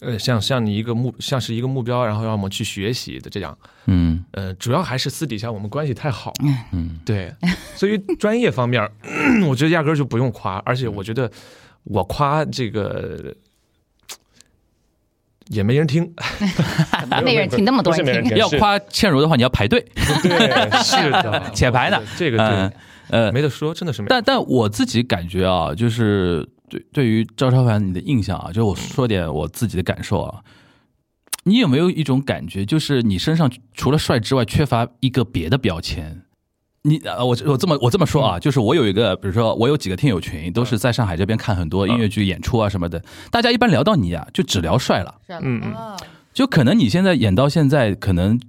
Speaker 3: 呃，像像你一个目，像是一个目标，然后让我们去学习的这样，
Speaker 2: 嗯
Speaker 3: 呃，主要还是私底下我们关系太好，
Speaker 2: 嗯
Speaker 3: 对，所以专业方面儿，我觉得压根儿就不用夸，而且我觉得我夸这个也没人听，
Speaker 1: 怎么 没人听那么多
Speaker 3: 不是
Speaker 1: 人
Speaker 3: 没人
Speaker 1: 听？
Speaker 3: 听，
Speaker 2: 要
Speaker 3: 是
Speaker 2: 夸倩茹的话，你要排队。
Speaker 3: 对，是的，
Speaker 2: 且排呢，
Speaker 3: 这个
Speaker 2: 嗯
Speaker 3: 对，
Speaker 2: 呃，
Speaker 3: 没得说，真的是没。
Speaker 2: 但但我自己感觉啊，就是对对于赵超凡你的印象啊，就是我说点我自己的感受啊。你有没有一种感觉，就是你身上除了帅之外，缺乏一个别的标签？你呃，我我这么我这么说啊，就是我有一个，比如说我有几个听友群，都是在上海这边看很多音乐剧演出啊什么的。大家一般聊到你啊，就只聊帅了，
Speaker 1: 是吧
Speaker 3: 嗯嗯
Speaker 1: 哦
Speaker 2: 就可能你现在演到现在，可能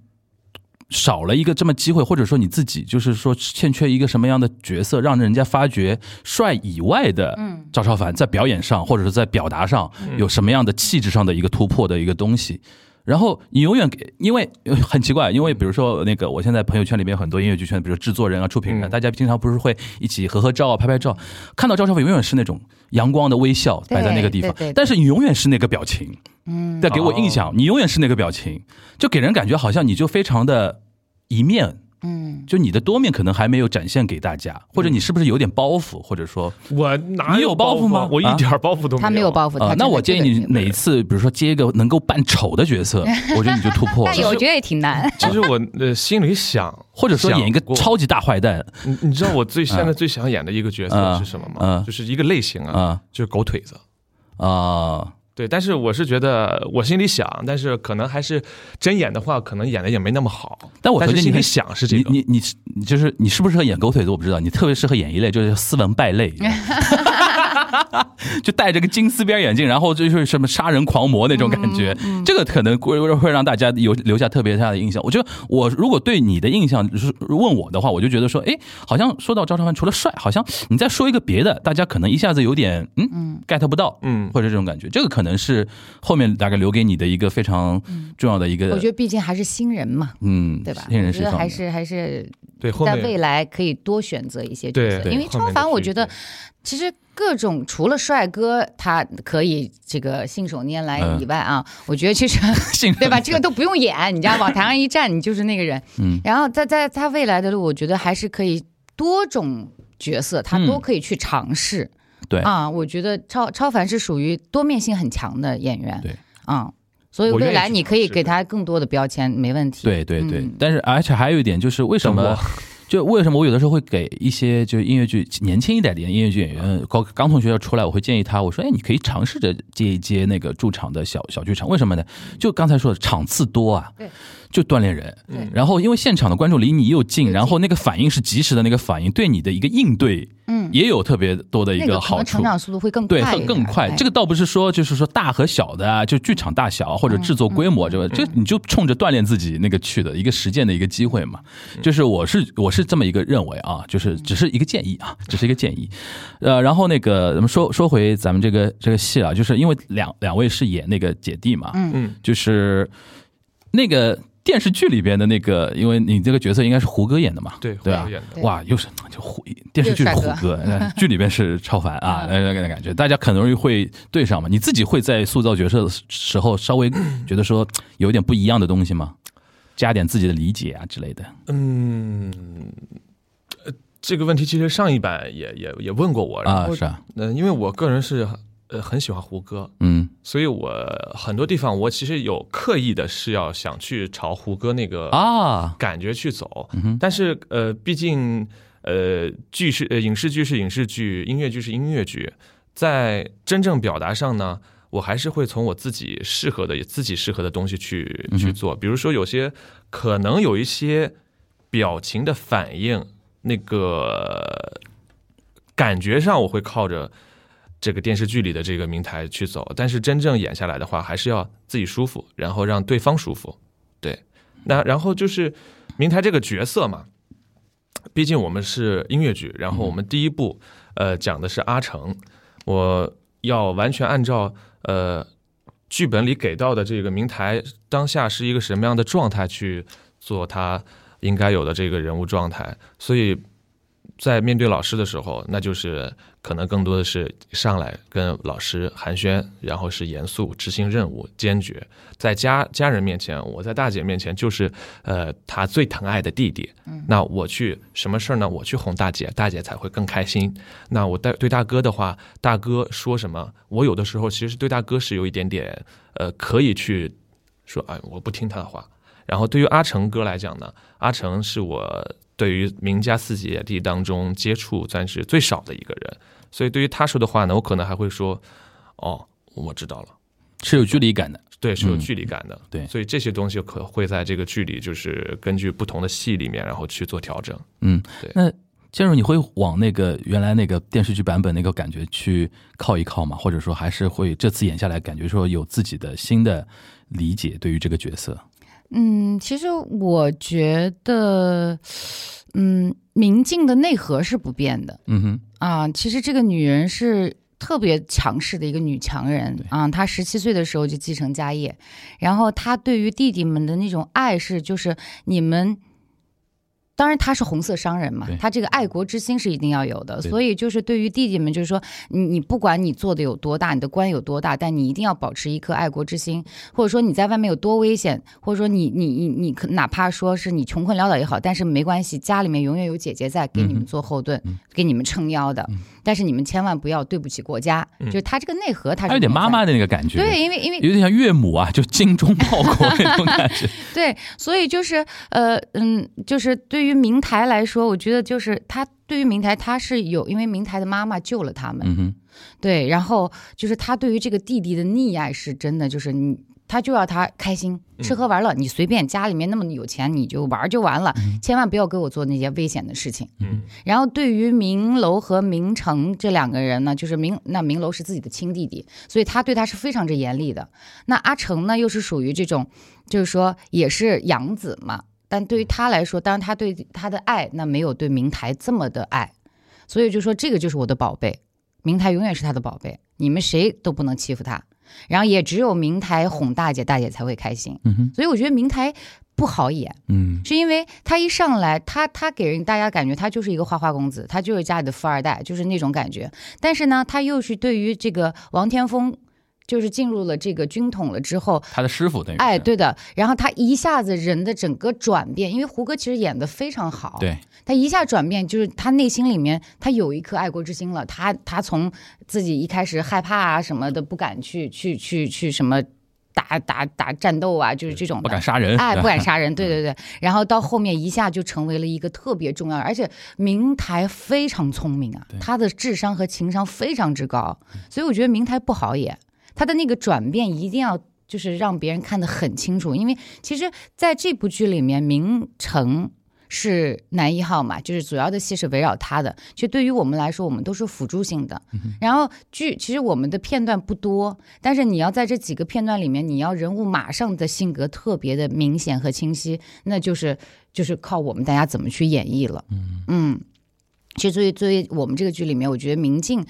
Speaker 2: 少了一个这么机会，或者说你自己就是说欠缺一个什么样的角色，让人家发掘帅以外的
Speaker 1: 嗯
Speaker 2: 赵超凡在表演上，或者是在表达上有什么样的气质上的一个突破的一个东西。然后你永远给，因为呃很奇怪，因为比如说那个，我现在朋友圈里面很多音乐剧圈，比如制作人啊、出品人啊，
Speaker 3: 嗯
Speaker 2: 大家经常不是会一起合合照啊、拍拍照，看到赵超凡永远是那种阳光的微笑
Speaker 1: 对
Speaker 2: 摆在那个地方
Speaker 1: 对对对，
Speaker 2: 但是你永远是那个表情，
Speaker 1: 嗯，
Speaker 2: 但给我印象，你永远是那个表情，就给人感觉好像你就非常的一面，
Speaker 1: 嗯，
Speaker 2: 就你的多面可能还没有展现给大家，或者你是不是有点包袱，或者说
Speaker 3: 我哪
Speaker 2: 你有包
Speaker 3: 袱
Speaker 2: 袱吗
Speaker 3: 我一
Speaker 2: 啊
Speaker 3: 点儿包袱都
Speaker 1: 他没有包袱，
Speaker 2: 啊、
Speaker 1: 他
Speaker 2: 那
Speaker 1: 真的
Speaker 2: 我
Speaker 1: 这
Speaker 2: 建议
Speaker 1: 个
Speaker 2: 你
Speaker 1: 挺
Speaker 2: 哪一次，比如说接一个能够扮丑的角色，我觉得你就突 破
Speaker 1: 但有
Speaker 2: 了，
Speaker 1: 我觉得也挺难。
Speaker 3: 其实我呃心里想，
Speaker 2: 或者说演一个
Speaker 3: 想过
Speaker 2: 超级大坏蛋
Speaker 3: 你你知道我最现在最想演的一个角色
Speaker 2: 嗯
Speaker 3: 是什么吗
Speaker 2: 嗯？
Speaker 3: 就是一个类型啊，
Speaker 2: 啊
Speaker 3: 就是狗腿子。
Speaker 2: 啊
Speaker 3: 对，但是我是觉得我心里想，但是可能还是真演的话，可能演的也没那么好。
Speaker 2: 但我
Speaker 3: 但
Speaker 2: 觉得
Speaker 3: 是
Speaker 2: 你
Speaker 3: 心里
Speaker 2: 很
Speaker 3: 想是这
Speaker 2: 你
Speaker 3: 个，
Speaker 2: 你你你就是你适不适合演狗腿子我不知道，你特别适合演一类就是斯文 败类，就戴着个金丝边眼镜，然后就是什么杀人狂魔那种感觉，
Speaker 1: 嗯
Speaker 2: 这个可能会会让大家有留下特别大的印象。我觉得我如果对你的印象就是问我的话，我就觉得说，哎，好像说到赵超凡除了帅，好像你再说一个别的，大家可能一下子有点嗯 get 不到，
Speaker 3: 嗯，
Speaker 2: 或者这种感觉，这个可能是后面大概留给你的一个非常重要的一个，
Speaker 1: 嗯我觉得毕竟还是新人嘛，
Speaker 2: 嗯，
Speaker 1: 对吧？
Speaker 2: 新人
Speaker 1: 我
Speaker 2: 是
Speaker 1: 觉
Speaker 2: 一
Speaker 1: 得
Speaker 2: 方
Speaker 1: 还
Speaker 2: 面
Speaker 1: 是还是
Speaker 3: 对，后
Speaker 1: 在
Speaker 3: 面
Speaker 1: 未来可以多选择一些角
Speaker 3: 对
Speaker 1: 色，
Speaker 3: 对
Speaker 1: 因为
Speaker 3: 后
Speaker 1: 超
Speaker 3: 面的
Speaker 1: 凡，我
Speaker 3: 剧
Speaker 1: 觉得
Speaker 3: 对
Speaker 1: 其实各种除了帅哥，他可以这个信手拈来
Speaker 2: 嗯
Speaker 1: 以外啊，我觉得其实
Speaker 2: 信任
Speaker 1: 对吧？这个都不用演，你知道，往台上一站，你就是那个人。
Speaker 2: 嗯
Speaker 1: 然后在在他未来的路，我觉得还是可以多种角色，他都可以去尝试。
Speaker 2: 对
Speaker 1: 啊，我觉得超超凡是属于多面性很强的演员。
Speaker 2: 对
Speaker 1: 啊，所以
Speaker 3: 我愿
Speaker 1: 未
Speaker 3: 意
Speaker 1: 来
Speaker 3: 去
Speaker 1: 你可以
Speaker 3: 尝试
Speaker 1: 给
Speaker 3: 的
Speaker 1: 他更多的标签，没问题。
Speaker 2: 对对对
Speaker 1: 嗯，
Speaker 2: 但是而且还有一点就是为什
Speaker 3: 等
Speaker 2: 么
Speaker 3: 我？
Speaker 2: 就为什么我有的时候会给一些就是音乐剧年轻一点的音乐剧演员，高刚从学校出来，我会建议他，我说，哎，你可以尝试着接一接那个驻场的小小剧场，为什么呢？就刚才说的场次多啊
Speaker 1: 对，
Speaker 2: 就锻炼人
Speaker 1: 对。
Speaker 2: 然后因为现场的观众离你又近，
Speaker 1: 又近
Speaker 2: 然后那个反应是及时的那个反应，对你的一个应对
Speaker 1: 嗯，
Speaker 2: 也有特别多的一
Speaker 1: 那个可
Speaker 2: 好
Speaker 1: 能
Speaker 2: 处
Speaker 1: 成。长速度会更快
Speaker 2: 对，
Speaker 1: 一点，
Speaker 2: 更更快。
Speaker 1: 哎
Speaker 2: 这个倒不是说就是说大和小的啊，就剧场大小或者制
Speaker 1: 嗯
Speaker 2: 作规模这个，这你就冲着锻炼自己那个去的一个实践的一个机会嘛。
Speaker 1: 嗯
Speaker 2: 就是我是我是这么一个认为啊，就是只是一个建议啊，只是一个建议。呃，然后那个咱们说说回咱们这个这个戏啊，就是因为两两位是演那个姐弟嘛，
Speaker 3: 嗯，
Speaker 2: 就是那个电视剧里边的那个，因为你这个角色应该是胡歌演的嘛，
Speaker 3: 对，
Speaker 2: 对啊
Speaker 3: 后面演的
Speaker 1: 对
Speaker 2: 哇，又是就胡电视剧是
Speaker 1: 又
Speaker 2: 胡
Speaker 1: 是帅
Speaker 2: 歌，呃剧里边是超凡啊，那那个感觉，大家很容易会对上嘛。你自己会在塑造角色的时候稍微觉得说有点不一样的东西吗？加点自己的理解啊之类的。
Speaker 3: 嗯，呃这个问题其实上一版也也也问过我，
Speaker 2: 啊，是啊，
Speaker 3: 嗯，因为我个人是呃很喜欢胡歌，
Speaker 2: 嗯
Speaker 3: 所以我很多地方我其实有刻意的是要想去朝胡歌那个
Speaker 2: 啊，嗯
Speaker 3: 感觉去走，
Speaker 2: 哼
Speaker 3: 但是呃，毕竟呃剧是呃影视剧是影视剧，音乐剧是音乐剧，在真正表达上呢。我还是会从我自己适合的、自己适合的东西去
Speaker 2: 嗯哼
Speaker 3: 去做，比如说有些可能有一些表情的反应，那个感觉上我会靠着这个电视剧里的这个名台去走，但是真正演下来的话，还是要自己舒服，然后让对方舒服。对，那然后就是明台这个角色嘛，毕竟我们是音乐剧，然后我们第一部呃讲的是阿成，我要完全按照呃剧本里给到的这个明台当下是一个什么样的状态去做他应该有的这个人物状态，所以。在面对老师的时候，那就是可能更多的是上来跟老师寒暄，然后是严肃执行任务，坚决。在家家人面前，我在大姐面前就是呃她最疼爱的弟弟。那我去什么事儿呢？我去哄大姐，大姐才会更开心。那我对对大哥的话，大哥说什么，我有的时候其实对大哥是有一点点呃可以去说，哎，我不听他的话。然后对于阿成哥来讲呢，阿成是我对于名家四姐弟当中接触算是最少的一个人，所以对于他说的话呢，我可能还会说，哦，我知道了。
Speaker 2: 是有距离感的。
Speaker 3: 对，是有
Speaker 2: 嗯
Speaker 3: 距离感的。
Speaker 2: 对
Speaker 3: 所以这些东西可会在这个距离，就是根据不同的戏里面，然后去做调整。
Speaker 2: 嗯
Speaker 3: 对，
Speaker 2: 那建茹，你会往那个原来那个电视剧版本那个感觉去靠一靠吗？或者说还是会这次演下来，感觉说有自己的新的理解对于这个角色？
Speaker 1: 嗯，其实我觉得，嗯，明镜的内核是不变的
Speaker 2: 嗯哼，
Speaker 1: 啊。其实这个女人是特别强势的一个女强人
Speaker 2: 对
Speaker 1: 啊。她十七岁的时候就继承家业，然后她对于弟弟们的那种爱是，就是你们。当然，她是红色商人嘛
Speaker 2: 对，
Speaker 1: 她这个爱国之心是一定要有的。
Speaker 2: 对的
Speaker 1: 所以，就是对于弟弟们，就是说，你你不管你做的有多大，你的官有多大，但你一定要保持一颗爱国之心。或者说你在外面有多危险，或者说你你你你可哪怕说是你穷困潦倒也好，但是没关系，家里面永远有姐姐在给你
Speaker 2: 嗯哼
Speaker 1: 们做后盾，
Speaker 2: 嗯
Speaker 1: 给你们撑腰的。但是你们千万不要对不起国家，
Speaker 3: 嗯
Speaker 1: 就是他这个内核，他
Speaker 2: 还有点妈妈的那个感觉，，
Speaker 1: 对，因为因为
Speaker 2: 有点像岳母啊，就精忠报国那种感觉。
Speaker 1: 对，所以就是呃嗯，就是对于明台来说，我觉得就是他对于明台他是有，因为明台的妈妈救了他们，
Speaker 2: 嗯哼，
Speaker 1: 对，然后就是他对于这个弟弟的溺爱是真的，就是你他就要他开心，吃
Speaker 3: 嗯
Speaker 1: 喝玩乐，你随便，家里面那么有钱，你就玩儿就完了，千万不要给我做那些危险的事情。
Speaker 3: 嗯
Speaker 1: 然后对于明楼和明成这两个人呢，就是明那明楼是自己的亲弟弟，所以他对他是非常之严厉的。那阿成呢，又是属于这种，就是说也是养子嘛，但对于他来说，当然他对他的爱那没有对明台这么的爱，所以就说这个就是我的宝贝，明台永远是他的宝贝，你们谁都不能欺负他。然后也只有明台哄大姐，大姐才会开心。
Speaker 2: 嗯哼，
Speaker 1: 所以我觉得明台不好演。
Speaker 2: 嗯
Speaker 1: 是因为他一上来，他他给人大家感觉他就是一个花花公子，他就是家里的富二代，就是那种感觉。但是呢，他又是对于这个王天峰，就是进入了这个军统了之后，
Speaker 2: 他的师傅等于是
Speaker 1: 哎，对的，然后他一下子人的整个转变，因为胡歌其实演的非常好，
Speaker 2: 对，
Speaker 1: 他一下转变，就是他内心里面他有一颗爱国之心了。他他从自己一开始害怕啊什么的，不敢去去去去什么打打打战斗啊，就是这种
Speaker 2: 不
Speaker 1: 的。
Speaker 2: 敢杀人，嗯
Speaker 1: 哎，
Speaker 2: 是吧
Speaker 1: 不敢 杀人，对对对。然后到后面一下就成为了一个特别重要的，而且明台非常聪明啊
Speaker 2: 对，嗯
Speaker 1: 他的智商和情商非常之高，所以我觉得明台不好演，他的那个转变一定要。就是让别人看得很清楚，因为其实在这部剧里面，明成是男一号嘛，就是主要的戏是围绕他的。其实对于我们来说，我们都是辅助性的。
Speaker 2: 嗯
Speaker 1: 然后剧其实我们的片段不多，但是你要在这几个片段里面，你要人物马上的性格特别的明显和清晰，那就是就是靠我们大家怎么去演绎了。嗯其实作为作为我们这个剧里面，我觉得明镜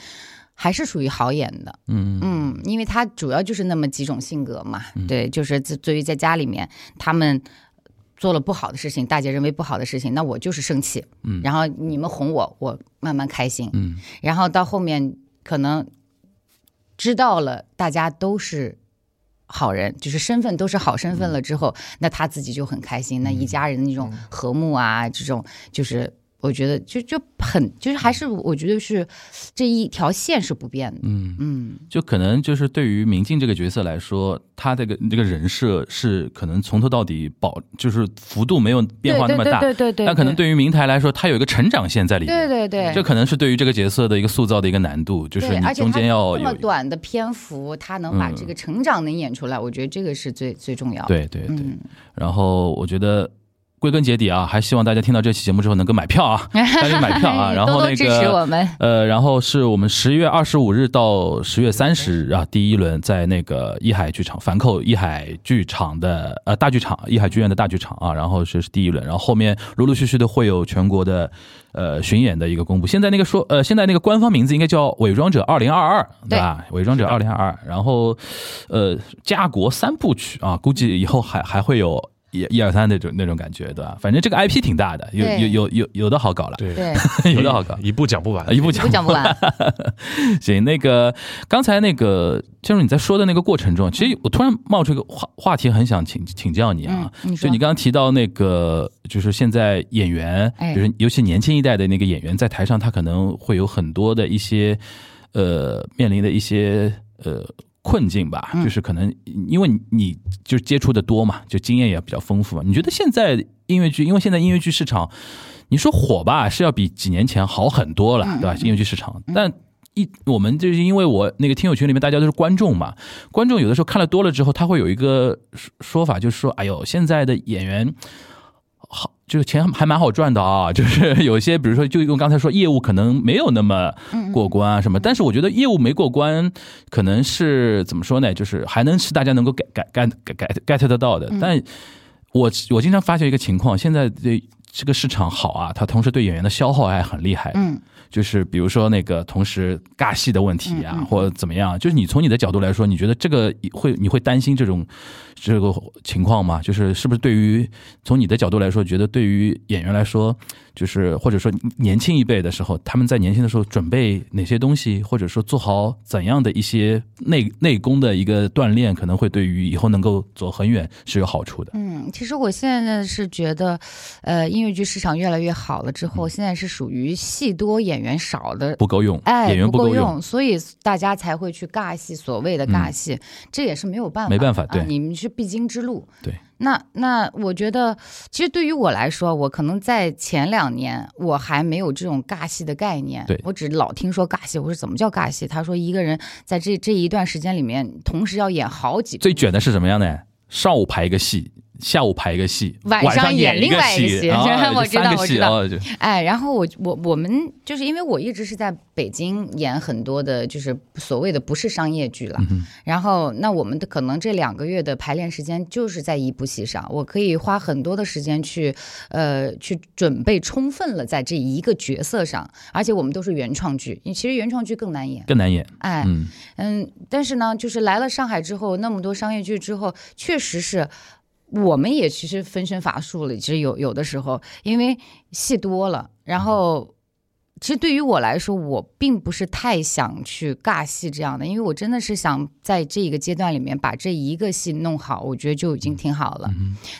Speaker 1: 还是属于好演的。
Speaker 2: 嗯
Speaker 1: 嗯，因为他主要就是那么几种性格嘛。对，就是自对于在家里面他们。做了不好的事情，大姐认为不好的事情，那我就是生气，
Speaker 2: 嗯
Speaker 1: 然后你们哄我，我慢慢开心，
Speaker 2: 嗯
Speaker 1: 然后到后面可能知道了大家都是好人，就是身份都是好身份了之后，那他自己就很开心，那一家人的那种和睦啊，这种就是我觉得就就很就是还是我觉得是这一条线是不变的，
Speaker 2: 嗯，
Speaker 1: 嗯，
Speaker 2: 就可能就是对于明镜这个角色来说，他这个这个人设是可能从头到底保，就是幅度没有变化那么大，
Speaker 1: 对对对对，
Speaker 2: 但可能对于明台来说，它有一个成长线在里
Speaker 1: 对
Speaker 2: 面。
Speaker 1: 对对，
Speaker 2: 这可能是对于这个角色的一个塑造的一个难度，就是
Speaker 1: 对，
Speaker 2: 你
Speaker 1: 而且
Speaker 2: 中
Speaker 1: 他
Speaker 2: 间要
Speaker 1: 这么
Speaker 2: 有
Speaker 1: 短的篇幅，他能把
Speaker 2: 嗯
Speaker 1: 这个成长能演出来，我觉得这个是最最重要的。，
Speaker 2: 对对对。
Speaker 1: 嗯，
Speaker 2: 然后我觉得归根结底啊，还希望大家听到这期节目之后能够买 票啊，赶紧买票啊。然
Speaker 1: 哎
Speaker 2: 后
Speaker 1: 多多
Speaker 2: 那
Speaker 1: 支持
Speaker 2: 个
Speaker 1: 我们。
Speaker 2: 呃，然后是我们十月二十五日到十月三十日啊，第一轮在那个一海剧场反扣一海剧场的呃大剧场一海剧院的大剧场啊，然后这是第一轮，然后后面陆陆续续的会有全国的呃巡演的一个公布。现在那个说呃，现在那个官方名字应该叫《伪装者二零二二》，对吧？伪装者二零二二，然后呃，家国三部曲啊，估计以后还还会有。一、一二三那种那种感觉，对吧？反正这个 IP 挺大的，有有
Speaker 1: 对
Speaker 2: 有有有的好搞了，
Speaker 3: 对，
Speaker 1: 对，
Speaker 2: 有的好搞，
Speaker 3: 一步讲不完，
Speaker 2: 一步
Speaker 1: 不
Speaker 2: 讲
Speaker 1: 讲 不完。
Speaker 2: 行，那个刚才那个建筑你在说的那个过程中，其实我突然冒出一个话话题，很想请请教你啊。
Speaker 1: 嗯你
Speaker 2: 就
Speaker 1: 说
Speaker 2: 你刚刚提到那个，就是现在演员，
Speaker 1: 哎
Speaker 2: 就是尤其年轻一代的那个演员，在台上他可能会有很多的一些呃面临的一些呃困境吧，
Speaker 1: 嗯
Speaker 2: 就是可能因为你你就接触的多嘛，就经验也比较丰富嘛。你觉得现在音乐剧，因为现在音乐剧
Speaker 1: 嗯
Speaker 2: 市场，你说火吧，是要比几年前好很多了，对吧？音乐剧市场，但一我们就是因为我那个听友群里面大家都是观众嘛，观众有的时候看了多了之后，他会有一个说说法，就是说，哎呦，现在的演员好，就是钱还蛮好赚的啊， 就是有些比如说，就用刚才说业务可能没有那么过关啊什么，但是我觉得业务没过关，可能是怎么说呢，就是还能是大家能够 get get get get get 得到的，但。我我经常发觉一个情况，现在对这个市场好啊，它同时对演员的消耗还很厉害。
Speaker 1: 嗯，
Speaker 2: 就是比如说那个同时尬戏的问题啊，
Speaker 1: 嗯嗯
Speaker 2: 或者怎么样，就是你从你的角度来说，你觉得这个会你会担心这种这个情况吗？就是是不是对于从你的角度来说，觉得对于演员来说，就是或者说年轻一辈的时候，他们在年轻的时候准备哪些东西，或者说做好怎样的一些内内功的一个锻炼，可能会对于以后能够走很远是有好处的。
Speaker 1: 嗯，其实我现在是觉得，呃，音乐剧市场越来越好了之后，现在是属于戏多演员少的
Speaker 2: 嗯不够用，
Speaker 1: 哎，
Speaker 2: 演员
Speaker 1: 不
Speaker 2: 够
Speaker 1: 用，，所以大家才会去尬戏，所谓的尬戏，这也是没有办法，
Speaker 2: 没办法对
Speaker 1: 啊，你们是必经之路。
Speaker 2: 对，
Speaker 1: 那那我觉得，其实对于我来说，我可能在前两年我还没有这种尬戏的概念，
Speaker 2: 对
Speaker 1: 我只老听说尬戏，我说怎么叫尬戏？他说一个人在这这一段时间里面，同时要演好几部
Speaker 2: 最卷的是什么样呢？上午排一个戏，下午排一个戏，
Speaker 1: 晚上
Speaker 2: 上
Speaker 1: 演
Speaker 2: 演
Speaker 1: 另外一
Speaker 2: 一
Speaker 1: 个
Speaker 2: 戏
Speaker 1: 戏
Speaker 2: 啊
Speaker 1: 我
Speaker 2: 就
Speaker 1: 知道
Speaker 2: 三个
Speaker 1: 我
Speaker 2: 戏
Speaker 1: 知道
Speaker 2: 啊就
Speaker 1: 哎，然后我我我们就是因为我一直是在北京演很多的，就是所谓的不是商业剧了。然后那我们的可能这两个月的排练时间就是在一部戏上，我可以花很多的时间去呃去准备充分了在这一个角色上，而且我们都是原创剧，因为其实原创剧更难演。
Speaker 2: 更难演。
Speaker 1: 哎，
Speaker 2: 嗯，
Speaker 1: 嗯，但是呢，就是来了上海之后，那么多商业剧之后，确实是。我们也其实分身乏术了，其实有有的时候，因为戏多了，然后其实对于我来说，我并不是太想去尬戏这样的，因为我真的是想在这一个阶段里面把这一个戏弄好，我觉得就已经挺好了。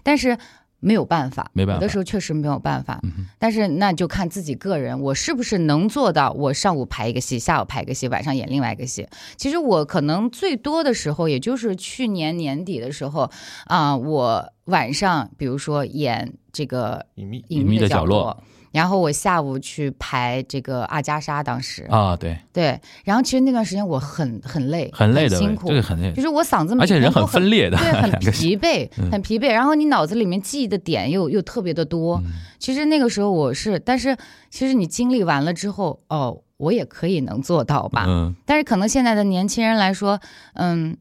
Speaker 1: 但是没有办法，
Speaker 2: 嗯没办法嗯
Speaker 1: 有的时候确实没有办法。但是那就看自己个人，我是不是能做到，我上午排一个戏，下午排一个戏，晚上演另外一个戏。其实我可能最多的时候，也就是去年年底的时候，啊、我晚上比如说演这个
Speaker 3: 隐秘
Speaker 1: 隐
Speaker 2: 秘
Speaker 1: 秘
Speaker 2: 的
Speaker 1: 的
Speaker 2: 角
Speaker 1: 角
Speaker 2: 落
Speaker 1: 落。然后我下午去排这个阿加莎，当时、
Speaker 2: 啊，对，
Speaker 1: 对，然后其实那段时间我很很累，
Speaker 2: 很累的，
Speaker 1: 辛苦，
Speaker 2: 这个很累
Speaker 1: 就，是我嗓子每
Speaker 2: 而且
Speaker 1: 天
Speaker 2: 人
Speaker 1: 都
Speaker 2: 很
Speaker 1: 很
Speaker 2: 分裂的，
Speaker 1: 对，很
Speaker 2: 两个嗯
Speaker 1: 疲
Speaker 2: 戏
Speaker 1: 惫，很疲惫。然后你脑子里面记忆的点又又特别的多。
Speaker 2: 嗯
Speaker 1: 其实那个时候我是，但是其实你经历完了之后，哦，我也可以能做到吧。
Speaker 2: 嗯，
Speaker 1: 但是可能现在的年轻人来说，嗯，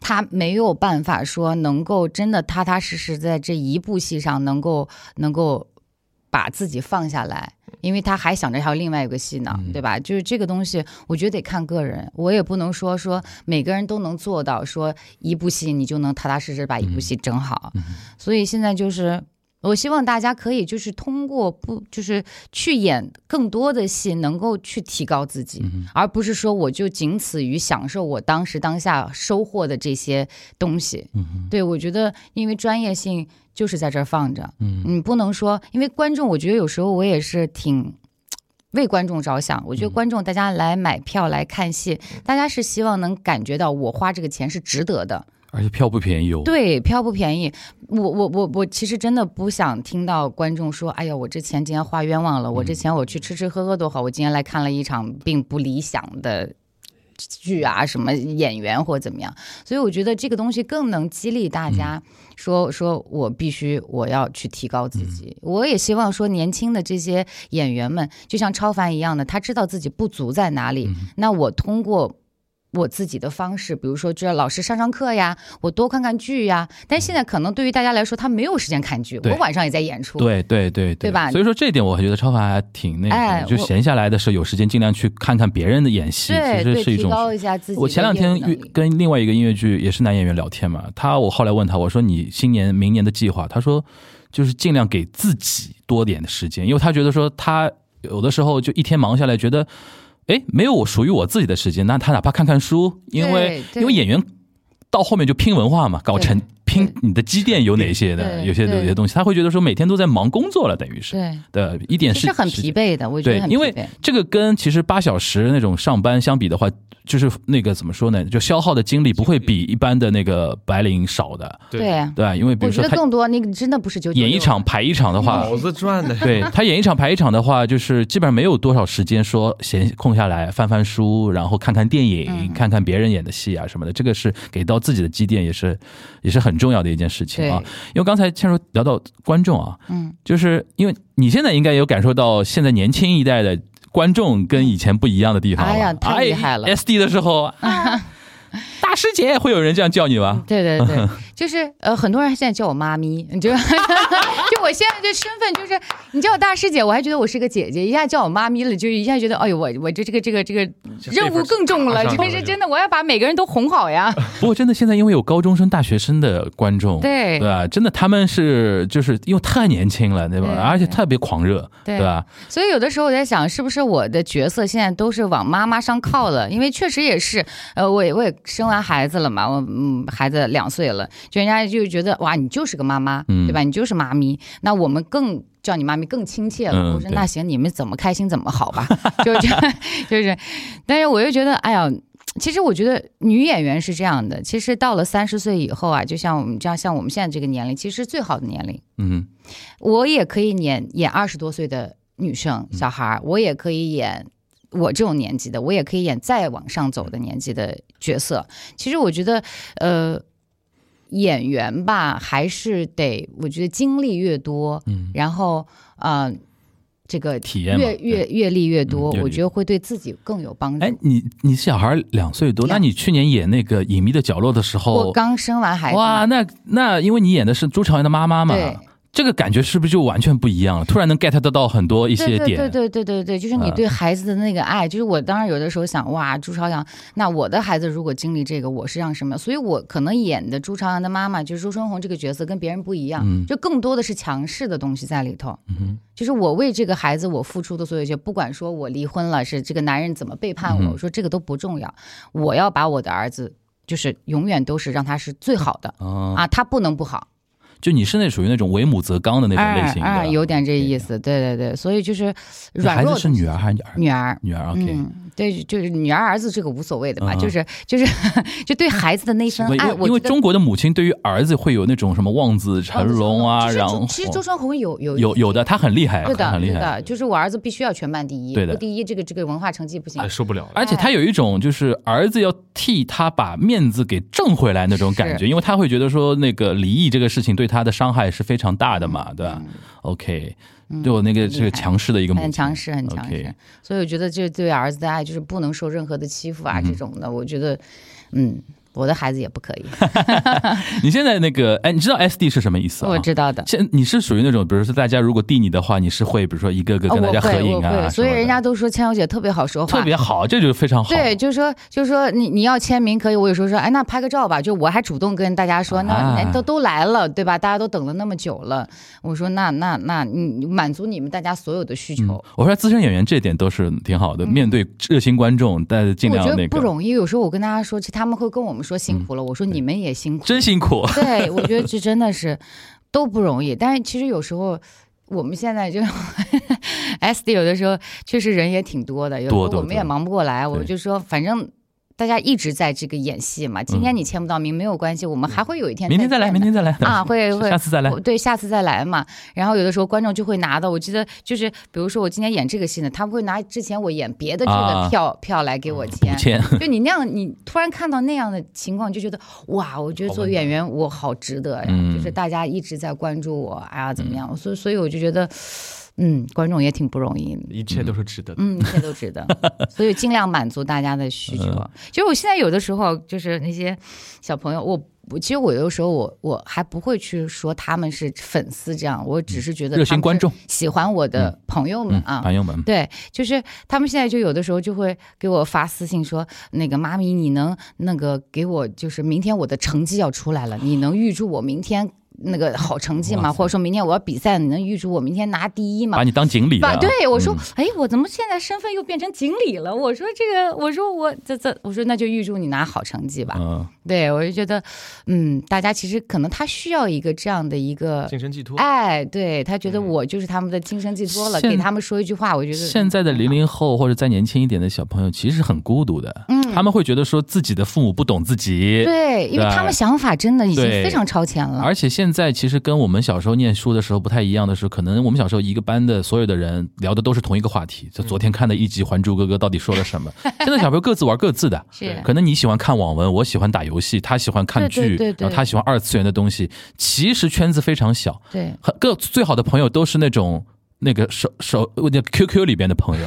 Speaker 1: 他没有办法说能够真的踏踏实实在这一部戏上能够能够把自己放下来，因为他还想着还有另外一个戏呢，对吧？就是这个东西，我觉得得看个人，我也不能说说每个人都能做到，说一部戏你就能踏踏实实把一部戏整好。
Speaker 2: 嗯
Speaker 1: 所以现在就是。我希望大家可以就是通过不就是去演更多的戏，能够去提高自
Speaker 2: 嗯
Speaker 1: 己，而不是说我就仅此于享受我当时当下收获的这些东西。对我觉得，因为专业性就是在这儿放着，嗯，你不能说，因为观众，我觉得有时候我也是挺。为观众着想，我觉得观众大家来买票来看戏，大家是希望能感觉到我花这个钱是值得的，
Speaker 2: 而且票不便宜哦，
Speaker 1: 对，票不便宜。我我我我其实真的不想听到观众说：“哎呀，我这钱今天花冤枉了，我这钱我去吃吃喝喝多好，我今天来看了一场并不理想的剧啊，什么演员或怎么样。”所以我觉得这个东西更能激励大家说，说我必须我要去提高
Speaker 2: 嗯
Speaker 1: 自己。我也希望说年轻的这些演员们，就像超凡一样的，他知道自己不足在哪
Speaker 2: 嗯
Speaker 1: 里。那我通过。我自己的方式，比如说，就要老师上上课呀，我多看看剧呀。但现在可能对于大家来说，他没有时间看剧，
Speaker 2: 对
Speaker 1: 我晚上也在演出。
Speaker 2: 对对对
Speaker 1: 对吧
Speaker 2: 所以说这一点，我还觉得超凡还挺那
Speaker 1: 哎
Speaker 2: 个的，就
Speaker 1: 我
Speaker 2: 闲下来的时候，有时间尽量去看看别人的演戏，
Speaker 1: 对
Speaker 2: 其
Speaker 1: 对
Speaker 2: 实是一
Speaker 1: 提
Speaker 2: 种
Speaker 1: 高一下自己的业务能力。
Speaker 2: 我前两天遇跟另外一个音乐剧也是男演员聊天嘛，他我后来问他，我说你新年明年的计划，他说就是尽量给自己多点的时间，因为他觉得说他有的时候就一天忙下来，觉得哎没有属于我自己的时间，那他哪怕看看书，因为
Speaker 1: 对对
Speaker 2: 因为演员到后面就拼文化嘛，搞成拼你的积淀有哪些的，
Speaker 1: 对
Speaker 2: 有些
Speaker 1: 对
Speaker 2: 有些东西，他会觉得说每天都在忙工作了，等于是
Speaker 1: 对，
Speaker 2: 的一点
Speaker 1: 其
Speaker 2: 是
Speaker 1: 实很
Speaker 2: 是
Speaker 1: 疲惫的，我觉
Speaker 2: 对
Speaker 1: 得很，疲
Speaker 2: 因为
Speaker 1: 惫。
Speaker 2: 这个跟其实八小时那种上班相比的话，就是那个怎么说呢，就消耗的精力不会比一般的那个白领少的，
Speaker 1: 对，呀，
Speaker 2: 对吧，因为比
Speaker 1: 我
Speaker 2: 如
Speaker 1: 觉
Speaker 2: 说
Speaker 1: 得
Speaker 2: 他
Speaker 1: 更多，那个真的不是九九
Speaker 2: 演一
Speaker 1: 六
Speaker 2: 场排一场 的话，
Speaker 3: 脑子转
Speaker 1: 嗯
Speaker 3: 的，
Speaker 2: 对他演一场排一场的话，就是基本上没有多少时间说闲空下来翻翻书，然后看看电影，
Speaker 1: 嗯
Speaker 2: 看看别人演的戏啊什么的。这个是给到自己的积淀，也是也是很重要的一件事情啊
Speaker 1: 对。
Speaker 2: 因为刚才倩茹聊到观众啊，
Speaker 1: 嗯，
Speaker 2: 就是因为你现在应该有感受到现在年轻一代的观众跟以前不一样的地方了。啊
Speaker 1: 哎呀太厉害了
Speaker 2: 哎 SD 的时候， 啊大师姐会有人这样叫你吗？
Speaker 1: 对对对，就是呃，很多人现在叫我妈咪，你知道吗， 就我现在这身份就是，你叫我大师姐，我还觉得我是个姐姐，一下叫我妈咪了，就一下觉得，哎呦，我我这这个这个这个任务更重了，
Speaker 3: 这辈
Speaker 1: 就
Speaker 3: 分
Speaker 1: 是
Speaker 3: 上
Speaker 1: 真的，我要把每个人都哄好呀。
Speaker 2: 不过真的，现在因为有高中生、大学生的观众，
Speaker 1: 对啊
Speaker 2: 对吧？真的，他们是就是因为太年轻了，对吧？
Speaker 1: 对
Speaker 2: 而且特别狂热，
Speaker 1: 对啊
Speaker 2: 吧？
Speaker 1: 所以有的时候我在想，是不是我的角色现在都是往妈妈上靠了？因为确实也是，呃，我也我也生完孩子了嘛，我嗯，孩子两岁了，就人家就觉得哇，你就是个妈妈，
Speaker 2: 嗯
Speaker 1: 对吧？你就是妈咪，那我们更。叫你妈咪更亲切了，
Speaker 2: 嗯
Speaker 1: 我说
Speaker 2: 对
Speaker 1: 那行，你们怎么开心怎么好吧，就是 这样，就是，但是我又觉得，哎呀，其实我觉得女演员是这样的，其实到了三十岁以后啊，就像我们这样，像我们现在这个年龄，其实最好的年龄，
Speaker 2: 嗯，
Speaker 1: 我也可以演演二十多岁的女生
Speaker 2: 嗯
Speaker 1: 小孩儿，我也可以演我这种年纪的，我也可以演再往上走的年纪的角色。其实我觉得，呃，演员吧，还是得，我觉得经历越多，
Speaker 2: 嗯
Speaker 1: 然后呃，这个
Speaker 2: 体验嘛
Speaker 1: 阅阅阅历越多，
Speaker 2: 嗯阅历
Speaker 1: 我觉得会对自己更有帮助。
Speaker 2: 哎，你你小孩两岁多，那
Speaker 1: 两
Speaker 2: 你去年演那个《隐秘的角落》的时
Speaker 1: 我
Speaker 2: 候，
Speaker 1: 刚生完孩子，
Speaker 2: 哦哇，那那因为你演的是朱朝阳的妈妈嘛
Speaker 1: 对，
Speaker 2: 这个感觉是不是就完全不一样了？突然能 get 得到很多一些点，
Speaker 1: 对对对对对对，就是你
Speaker 2: 嗯
Speaker 1: 对孩子的那个爱，就是我当时有的时候想，哇，朱朝阳，那我的孩子如果经历这个，我是让什么样？所以我可能演的朱朝阳的妈妈，就是周春红这个角色跟别人不一样，
Speaker 2: 嗯
Speaker 1: 就更多的是强势的东西在里头。
Speaker 2: 嗯哼
Speaker 1: 就是我为这个孩子我付出的所有一切，不管说我离婚了，是这个男人怎么背叛
Speaker 2: 嗯
Speaker 1: 我，我说这个都不重要，我要把我的儿子，就是永远都是让他是最好的。
Speaker 2: 啊，
Speaker 1: 啊，他不能不好，
Speaker 2: 就你是那属于那种为母则刚的那种类型
Speaker 1: 哎哎
Speaker 2: 的，嗯
Speaker 1: 有点这意。思，对对对，所以就是软
Speaker 2: 孩
Speaker 1: 弱
Speaker 2: 子
Speaker 1: 的
Speaker 2: 是女儿还是儿
Speaker 1: 女儿，
Speaker 2: 女儿？OK，
Speaker 1: 嗯，对，就是女儿儿子这个无所谓的嘛，
Speaker 2: 嗯
Speaker 1: 就是就是就对孩子的那份
Speaker 2: 因为
Speaker 1: 爱，啊我
Speaker 2: 因为
Speaker 1: 觉得哦
Speaker 2: 中国的母亲对于儿子会有那种什么望子成龙啊，
Speaker 1: 其实
Speaker 2: 然
Speaker 1: 周
Speaker 2: 后
Speaker 1: 其实周春红有有
Speaker 2: 有有的他很厉害，
Speaker 1: 对的
Speaker 2: 很厉
Speaker 1: 对
Speaker 2: 害，
Speaker 1: 的，就是我儿子必须要全班第一，
Speaker 2: 对的
Speaker 1: 不第一这个这个文化成绩不行
Speaker 3: 哎，。受不了了。
Speaker 2: 而且他有一种就是儿子要替他把面子给挣回来那种感觉，
Speaker 1: 是
Speaker 2: 因为他会觉得说那个离异这个事情对他的伤害是非常大的
Speaker 1: 嗯
Speaker 2: 嘛，对吧？OK，就那个
Speaker 1: 很厉害
Speaker 2: 这个强势的一个母
Speaker 1: 嗯
Speaker 2: 亲，
Speaker 1: 很强势，很强
Speaker 2: OK
Speaker 1: 势，所以我觉得这对儿子的爱就是不能受任何的欺
Speaker 2: 嗯
Speaker 1: 负啊，这种的，我觉得，嗯，我的孩子也不可 以，
Speaker 2: 你现在那个哎，你知道 SD 是什么意思啊？
Speaker 1: 我知道的。
Speaker 2: 现你是属于那种，比如说大家如果递你的话，你是会比如说一个个
Speaker 1: 啊
Speaker 2: 跟大
Speaker 1: 我
Speaker 2: 家
Speaker 1: 会，
Speaker 2: 合影
Speaker 1: 我
Speaker 2: 啊，
Speaker 1: 会，所以
Speaker 2: 什么的
Speaker 1: 人家都说千小姐特别好说话，
Speaker 2: 特别好，这就非常好。
Speaker 1: 对，就是说，就是说你你要签名可以，我有时候说，哎，那拍个照吧。就我还主动跟大家说，那哎
Speaker 2: 啊
Speaker 1: 那都都来了，对吧？大家都等了那么久了，我说那那那你满足你们大家所有的需求。
Speaker 2: 嗯我说资深演员这点都是挺好的，面对热心观众，但是尽
Speaker 1: 嗯我
Speaker 2: 量
Speaker 1: 觉
Speaker 2: 那
Speaker 1: 得不
Speaker 2: 个，嗯
Speaker 1: 容易，有时候我跟大家说，其实他们会跟我们说辛苦了，我说你们也辛苦，
Speaker 2: 真辛 苦。
Speaker 1: 对，我觉得这真的是都不容易。但是其实有时候。我们现在就 SD 有的时候确实人也挺多的，有时候
Speaker 2: 多多
Speaker 1: 我们也
Speaker 2: 多
Speaker 1: 忙不过来。我
Speaker 2: 对
Speaker 1: 就说，反正大家一直在这个演戏嘛，今天你签不到名、没有关系，我们还会有一天
Speaker 2: 嗯明天再来，
Speaker 1: 见
Speaker 2: 明
Speaker 1: 的
Speaker 2: 天再来
Speaker 1: 啊，会会
Speaker 2: 下次再来。
Speaker 1: 我对，下次再来嘛。然后有的时候观众就会拿到，我记得就是比如说我今天演这个戏呢，他们会拿之前我演别的剧
Speaker 2: 啊嗯
Speaker 1: 的票、票来给我
Speaker 2: 补
Speaker 1: 签，
Speaker 2: 签，
Speaker 1: 就你那样，你突然看到那样的情况，就觉得哇，我觉得
Speaker 3: 好
Speaker 1: 做
Speaker 3: 温
Speaker 1: 演员我好值得呀！
Speaker 2: 嗯
Speaker 1: 就是大家一直在关注我，哎呀，怎么样？所以，所以我就觉得，嗯，观众也挺不容易 的。
Speaker 3: 一切都是值得的。
Speaker 1: 嗯，一切都值得，所以尽量满足大家的需求。
Speaker 2: 嗯
Speaker 1: 就是我现在有的时候，就是那些小朋友，我我其实我有的时候我我还不会去说他们是粉丝这样，我只是觉得
Speaker 2: 嗯热心观众，
Speaker 1: 喜欢我的朋友们
Speaker 2: 嗯
Speaker 1: 啊，，
Speaker 2: 朋友们，
Speaker 1: 对，就是他们现在就有的时候就会给我发私信说，那个妈咪，你能那个给我，就是明天我的成绩要出来了，你能预祝我明天那个好成绩
Speaker 2: 哇
Speaker 1: 嘛，
Speaker 2: 塞
Speaker 1: 或者说明年我要比赛，你能预祝我明天拿第一
Speaker 2: 把
Speaker 1: 嘛？
Speaker 2: 你当锦鲤的
Speaker 1: 把
Speaker 2: 啊。
Speaker 1: 对我说
Speaker 2: 嗯，
Speaker 1: 哎，我怎么现在身份又变成锦鲤了？我说这个，我说我这这，我说那就预祝你拿好成绩吧。
Speaker 2: 嗯，
Speaker 1: 对我就觉得，嗯，大家其实可能他需要一个这样的一个。
Speaker 3: 精神寄托。
Speaker 1: 哎，对他觉得
Speaker 3: 嗯
Speaker 1: 我就是他们的精神寄托了，
Speaker 2: 现
Speaker 1: 给他们说一句话，我觉得
Speaker 2: 现在的零零后或者再年轻一点的小朋友，其实很孤独的，
Speaker 1: 嗯，
Speaker 2: 他们会觉得说自己的父母不懂自己，
Speaker 1: 对，因为他们想法真的已经
Speaker 2: 对
Speaker 1: 非常超前了。
Speaker 2: 而且现在其实跟我们小时候念书的时候不太一样的是，可能我们小时候一个班的所有的人聊的都是同一个话题，就昨天看的一集《还珠格格》到底说 了什么。现在小朋友各自玩各自的，
Speaker 1: 是
Speaker 2: 可能你喜欢看网文，我喜欢打游戏，他喜欢看剧
Speaker 1: 对对对，对
Speaker 2: 然后他喜欢二次元的东西。其实圈子非常小，
Speaker 1: 对，
Speaker 2: 很各最好的朋友都是那种。那个手手那 QQ 里边的朋 友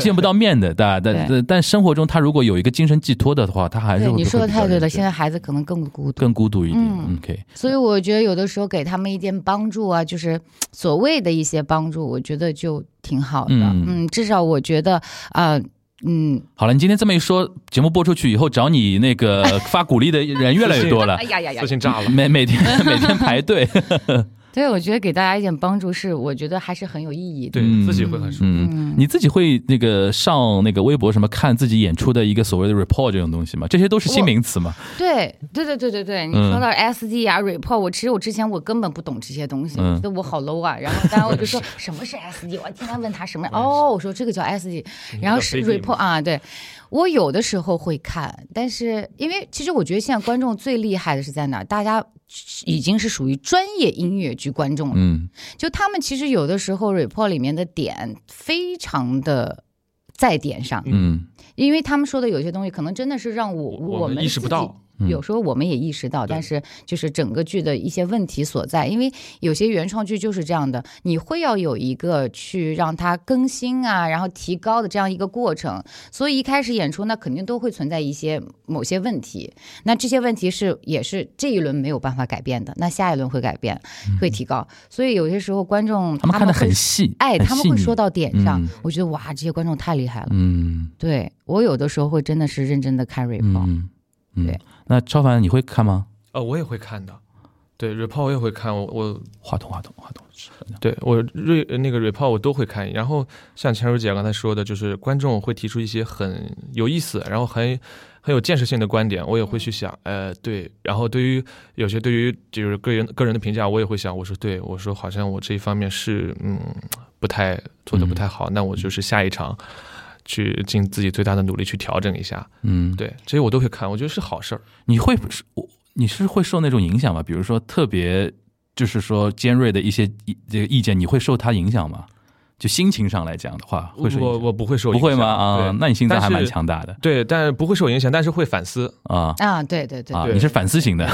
Speaker 2: 见不到面的，但但但但生活中他如果有一个精神寄托的话，他还是
Speaker 1: 对
Speaker 2: 会
Speaker 1: 你说的太对了，现
Speaker 2: 在
Speaker 1: 在孩子可能更孤独，
Speaker 2: 更孤独一点。
Speaker 1: 嗯
Speaker 2: 嗯，OK，
Speaker 1: 所以我觉得有的时候给他们一点帮助啊，就是所谓的一些帮助，我觉得就挺好的。
Speaker 2: 嗯
Speaker 1: 嗯，至少我觉得啊、嗯，
Speaker 2: 好了，你今天这么一说，节目播出去以后，找你那个 发鼓励的人越来越多了
Speaker 1: 哎，呀呀呀
Speaker 3: 私，信炸了，
Speaker 2: 每每天 每天排队。
Speaker 1: 对，我觉得给大家一点帮助是，我觉得还是很有意义的。
Speaker 3: 对
Speaker 2: 嗯
Speaker 3: 自己会很舒服。
Speaker 2: 嗯，你自己会那个上那个微博什么看自己演出的一个所谓的 report 这种东西吗？这些都是新名词嘛？
Speaker 1: 对对对对对对，你
Speaker 2: 嗯
Speaker 1: 说到 SD 啊、report，我其实我之前我根本不懂这些东西，
Speaker 2: 嗯
Speaker 1: 我觉得我好 low 啊。然后当然我就说什么是 SD，我还天天问他什 么哦，我说这个叫 SD，然后嗯是
Speaker 3: 你知道
Speaker 1: report 啊，对。我有的时候会看，但是因为其实我觉得现在观众最厉害的是在哪儿？大家已经是属于专业音乐剧观众了，
Speaker 2: 嗯
Speaker 1: 就他们其实有的时候 report 里面的点非常的在点上，
Speaker 2: 嗯
Speaker 1: 因为他们说的有些东西可能真的是让我
Speaker 3: 我
Speaker 1: 我
Speaker 3: 们
Speaker 1: 们
Speaker 3: 意识不
Speaker 1: 自己
Speaker 3: 到
Speaker 2: 嗯
Speaker 1: 有时候我们也意识到，
Speaker 3: 对
Speaker 1: 但是就是整个剧的一些问题所在，因为有些原创剧就是这样的，你会要有一个去让它更新啊，然后提高的这样一个过程，所以一开始演出那肯定都会存在一些某些问题，那这些问题是也是这一轮没有办法改变的，那下一轮会改变，
Speaker 2: 嗯
Speaker 1: 会提高，所以有些时候观众
Speaker 2: 他们看的
Speaker 1: 会
Speaker 2: 很细，
Speaker 1: 哎，
Speaker 2: 很
Speaker 1: 他们
Speaker 2: 细
Speaker 1: 会
Speaker 2: 腻
Speaker 1: 说到点上
Speaker 2: 嗯，
Speaker 1: 我觉得哇，这些观众太厉害了。
Speaker 2: 嗯
Speaker 1: 对我有的时候会真的是认真的看 report，、
Speaker 2: 嗯嗯
Speaker 1: 对。
Speaker 2: 那超凡你会看吗？
Speaker 3: 呃，我也会看的，对 report 我也会看，我我
Speaker 2: 话筒话筒话筒，
Speaker 3: 对我瑞呃那个 report 我都会看，然后像钱茹姐刚才说的，就是观众会提出一些很有意思，然后很很有建设性的观点，我也会去想，呃，对，然后对于有些对于就是个人个人的评价，我也会想，我说对，我说好像我这一方面是嗯不太做的不太好，那我就是下一场去尽自己最大的努力去调整一下，
Speaker 2: 嗯，
Speaker 3: 对，这些我都会看，我觉得是好事儿。
Speaker 2: 你会我你是会受那种影响吗？比如说特别就是说尖锐的一些意这个意见，你会受它影响吗？就心情上来讲的话，会受影响
Speaker 3: 我我不会受
Speaker 2: 不会
Speaker 3: 影
Speaker 2: 吗？
Speaker 3: 响
Speaker 2: 啊
Speaker 3: 对，
Speaker 2: 那你心脏还
Speaker 3: 但是
Speaker 2: 蛮强大的
Speaker 3: 对，但不会受影响，但是会反思。
Speaker 2: 啊
Speaker 1: 啊，对对对
Speaker 2: 啊！
Speaker 3: 对
Speaker 2: 你是反思型的，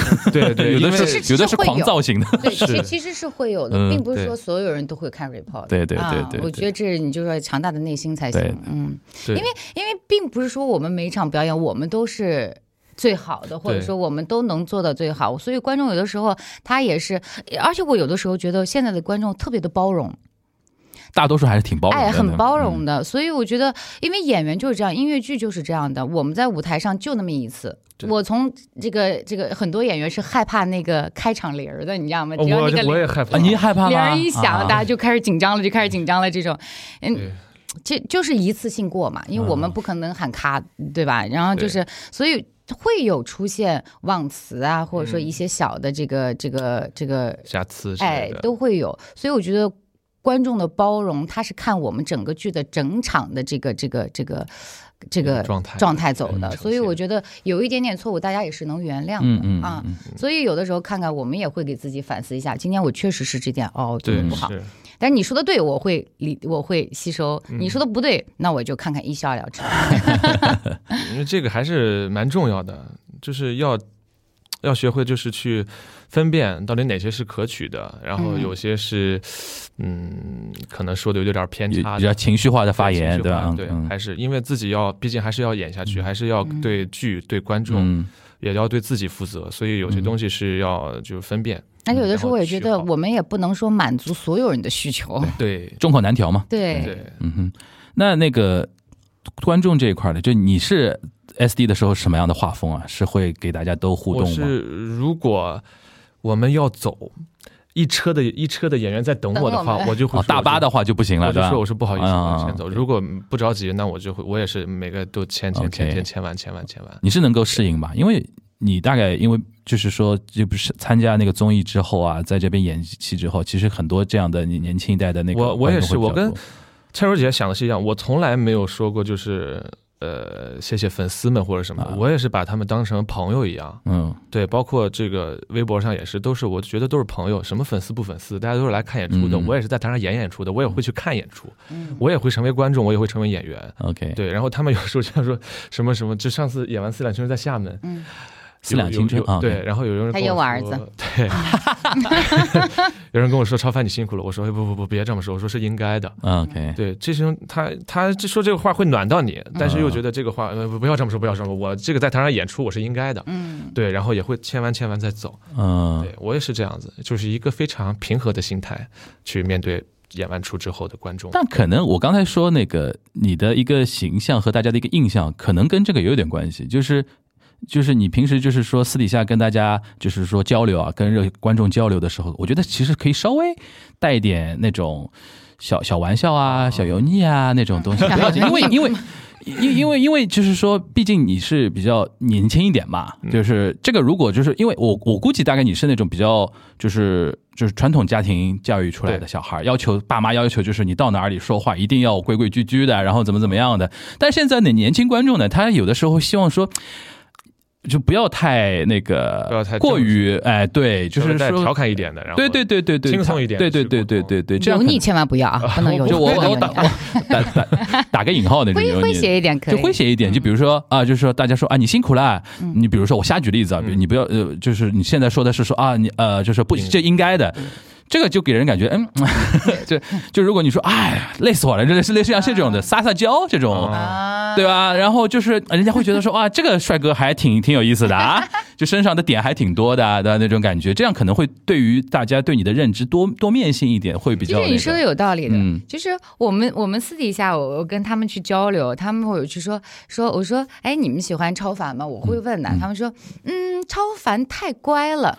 Speaker 3: 对对，
Speaker 2: 有的
Speaker 3: 因为
Speaker 1: 是其实
Speaker 2: 有的是
Speaker 1: 会有
Speaker 2: 狂躁型的，
Speaker 1: 对，其
Speaker 3: 是
Speaker 1: 实其实是会有的，
Speaker 2: 嗯
Speaker 1: 并不是
Speaker 3: 对
Speaker 1: 说所有人都会看 report 的。
Speaker 2: 对对对
Speaker 1: 啊
Speaker 2: 对，
Speaker 1: 我觉得这你就说强大的内心才行
Speaker 2: 对。
Speaker 1: 嗯，
Speaker 3: 对
Speaker 1: 因为因为并不是说我们每一场表演我们都是。最好的，或者
Speaker 3: 对
Speaker 1: 说我们都能做到最好，所以观众有的时候他也是，而且我有的时候觉得现在的观众特别的包容，
Speaker 2: 大多数还是挺包容的，
Speaker 1: 哎，很包容
Speaker 2: 嗯。
Speaker 1: 的，所以我觉得，因为演员就是这样，音乐剧就是这样的，我们在舞台上就那么一次。
Speaker 3: 对
Speaker 1: 我从这个这个很多演员是害怕那个开场铃儿的，你知道吗？
Speaker 2: 哦
Speaker 1: 只要
Speaker 3: 哦我
Speaker 1: 那个
Speaker 3: 我
Speaker 1: 铃
Speaker 3: 也害怕。
Speaker 2: 啊，你害怕
Speaker 1: 铃
Speaker 2: 吗？
Speaker 1: 儿一响，
Speaker 2: 啊
Speaker 1: 大家就开始紧张了，就开始紧张了。这种，
Speaker 3: 对
Speaker 1: 嗯，这就是一次性过嘛，因为我们
Speaker 2: 嗯
Speaker 1: 不可能喊咔，对吧？然后就是，所以会有出现忘词啊，或者说一
Speaker 3: 嗯
Speaker 1: 些小的这个这个这个
Speaker 3: 瑕疵之
Speaker 1: 哎
Speaker 3: 类的，，
Speaker 1: 都会有。所以我觉得观众的包容，他是看我们整个剧的整场的这个这个这个这个
Speaker 3: 状态
Speaker 1: 状态走的。
Speaker 3: 嗯
Speaker 1: 所以我觉得有一点点错误，大家也是能原谅的、
Speaker 2: 嗯嗯
Speaker 1: 啊。
Speaker 2: 嗯
Speaker 1: 所以有的时候看看，我们也会给自己反思一下，今天我确实是这点哦做
Speaker 3: 对
Speaker 1: 的
Speaker 2: 嗯
Speaker 1: 不好。
Speaker 3: 是
Speaker 1: 但是你说的对，我会理，我会吸收；
Speaker 2: 嗯
Speaker 1: 你说的不对，那我就看看一笑了之。
Speaker 3: 因为这个还是蛮重要的，就是要要学会就是去分辨到底哪些是可取的，然后
Speaker 1: 嗯
Speaker 3: 有些是嗯可能说的有点偏
Speaker 2: 有
Speaker 3: 差
Speaker 2: 比
Speaker 3: 的
Speaker 2: 较。情绪化的发言，
Speaker 3: 对
Speaker 2: 对吧？
Speaker 3: 对，
Speaker 2: 嗯
Speaker 3: 还是因为自己要，毕竟还是要演下去，还是要
Speaker 1: 嗯
Speaker 3: 对剧、对观众，
Speaker 2: 嗯，
Speaker 3: 也要对自己负责，所以有些
Speaker 2: 嗯
Speaker 3: 东西是要就是分辨。
Speaker 1: 而且有的时候我也
Speaker 3: 然后
Speaker 1: 觉
Speaker 3: 取
Speaker 1: 得，
Speaker 3: 好
Speaker 1: 我们也不能说满足所有人的需求。
Speaker 2: 嗯
Speaker 3: 对
Speaker 2: 众口难调嘛。
Speaker 1: 哦对
Speaker 3: 对，
Speaker 2: 嗯哼，那那个观众这一块的，就你是 SD 的时候是什么样的画风啊？是会给大家都互
Speaker 3: 我
Speaker 2: 动吗？
Speaker 3: 是如果我们要走，一车的一车的演员在等我的
Speaker 1: 等
Speaker 3: 话
Speaker 1: 我，们
Speaker 3: 我就会
Speaker 2: 哦，
Speaker 3: 说
Speaker 2: 大巴的话就不行了，
Speaker 3: 我就
Speaker 2: 对吧
Speaker 3: 说？我说不好意思，
Speaker 2: 嗯
Speaker 3: 往前走。如果不着急，那我就会我也是每个都签签
Speaker 2: OK
Speaker 3: 签签签完签完签完。
Speaker 2: 你是能够适应吧？因为你大概因为就是说，这不是参加那个综艺之后啊，在这边演戏之后，其实很多这样的年年轻一代的那个
Speaker 3: 我我也是
Speaker 2: 观众会比较
Speaker 3: 我跟
Speaker 2: 多
Speaker 3: 蔡卓姐想的是一样，我从来没有说过就是呃谢谢粉丝们或者什么
Speaker 2: 啊，
Speaker 3: 我也是把他们当成朋友一样。
Speaker 2: 嗯
Speaker 3: 对，包括这个微博上也是，都是我觉得都是朋友，什么粉丝不粉丝，大家都是来看演出的。
Speaker 2: 嗯
Speaker 3: 我也是在台上演演出的，我也会去看演出，
Speaker 1: 嗯，
Speaker 3: 我也会成为观众，我也会成为演员。
Speaker 2: OK，
Speaker 3: 对，然后他们有时候像说什么什么，就上次演完《四两青春》在厦门，
Speaker 1: 嗯，
Speaker 2: 四两青春
Speaker 3: 有有
Speaker 2: 啊，
Speaker 3: 有对，，然后有人
Speaker 1: 他
Speaker 3: 跟
Speaker 1: 有
Speaker 3: 我
Speaker 1: 我儿
Speaker 3: 说
Speaker 1: 子，
Speaker 3: 对， 有人跟我说超凡你辛苦了，我说哎不不不别这么说，我说是应该的。
Speaker 2: 嗯 OK，
Speaker 3: 对，这是他他这说这个话会暖到
Speaker 1: 嗯
Speaker 3: 你，但是又觉得这个话呃不不要这么说，不要这么说，我这个在台上演出我是应该的，
Speaker 1: 嗯，
Speaker 3: 对，然后也会签完签完再走，
Speaker 2: 嗯
Speaker 3: 对我也是这样子，就是一个非常平和的心态去面对演完出之后的观众。
Speaker 2: 但可能我刚才说那个你的一个形象和大家的一个印象，可能跟这个有点关系，就是。就是你平时就是说私底下跟大家就是说交流啊，跟热观众交流的时候，我觉得其实可以稍微带一点那种小小玩笑啊、小油腻啊那种东西，不要紧，因为因为因因为因为就是说，毕竟你是比较年轻一点嘛，就是这个如果就是因为我我估计大概你是那种比较就是就是传统家庭教育出来的小孩，要求爸妈要求就是你到哪里说话一定要规规矩矩的，然后怎么怎么样的。但现在呢，年轻观众呢，他有的时候希望说。就不要太那个，
Speaker 3: 不要太
Speaker 2: 过于哎，对，就是
Speaker 3: 再
Speaker 2: 说
Speaker 3: 调侃一点的，然后
Speaker 2: 对对对对对，
Speaker 3: 轻松一点
Speaker 2: 对对对
Speaker 3: 去
Speaker 2: 对
Speaker 3: 沟通
Speaker 2: 对对，这样
Speaker 1: 油
Speaker 2: 可能
Speaker 1: 腻千万不要啊， 不能油腻，
Speaker 2: 就我
Speaker 1: 不能油
Speaker 2: 我
Speaker 1: 腻
Speaker 2: 打
Speaker 1: 啊，
Speaker 2: 打打打个引号那种
Speaker 1: 诙
Speaker 2: 油
Speaker 1: 诙
Speaker 2: 腻。
Speaker 1: 谐一点可以，
Speaker 2: 就诙谐一点，就比如说啊，就是说大家说啊，你辛苦啦。你比如说我瞎举例子啊，比如
Speaker 3: 嗯
Speaker 2: 你不要呃，就是你现在说的是说啊，你呃，就是不
Speaker 3: 嗯
Speaker 2: 这应该的。这个就给人感觉，嗯， 就就如果你说，哎呀，累死我了，这是类似像这种的撒撒娇这种，
Speaker 3: 啊
Speaker 1: 啊，
Speaker 2: 对吧？然后就是呃人家会觉得说，啊哇，这个帅哥还挺挺有意思的啊，就身上的点还挺多的啊的那种感觉，这样可能会对于大家对你的认知多多面性一点，会比
Speaker 1: 其
Speaker 2: 较
Speaker 1: 实
Speaker 2: 那
Speaker 1: 你说的
Speaker 2: 个。
Speaker 1: 有道理的，
Speaker 2: 嗯
Speaker 1: 就是我们我们私底下我我跟他们去交流，他们会有去说说我说哎你们喜欢超凡吗？我会问的，他们说嗯超凡太乖了，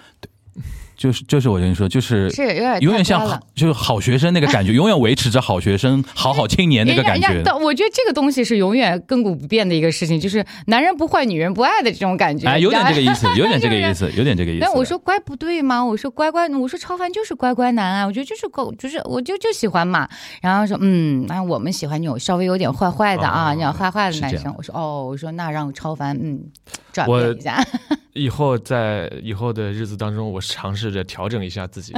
Speaker 2: 就是就是我跟你说，就是
Speaker 1: 是有点太
Speaker 2: 永远像
Speaker 1: 乖
Speaker 2: 好
Speaker 1: 了。
Speaker 2: 就是好学生那个感 觉，永远维持着好学生、好好青年那个感
Speaker 1: 人家人
Speaker 2: 觉
Speaker 1: 家，。但我觉得这个东西是永远亘古不变的一个事情，就是男人不坏，女人不爱的这种感觉。
Speaker 2: 哎，有点这个
Speaker 1: 意
Speaker 2: 意思，有点这个意思，有点这个意思。
Speaker 1: 但我说乖不对吗？我说乖乖，我说超凡就是乖乖男啊，我觉得就是狗，就是我就就喜欢嘛。然后说嗯，那我们喜欢那种稍微有点坏坏的啊，
Speaker 3: 哦
Speaker 1: 那种坏坏的
Speaker 2: 是这
Speaker 1: 男
Speaker 2: 样
Speaker 1: 生。我说哦，我说那让超凡嗯转
Speaker 3: 我
Speaker 1: 变一下。
Speaker 3: 以后在以后的日子当中，我尝试着调整一下 自己。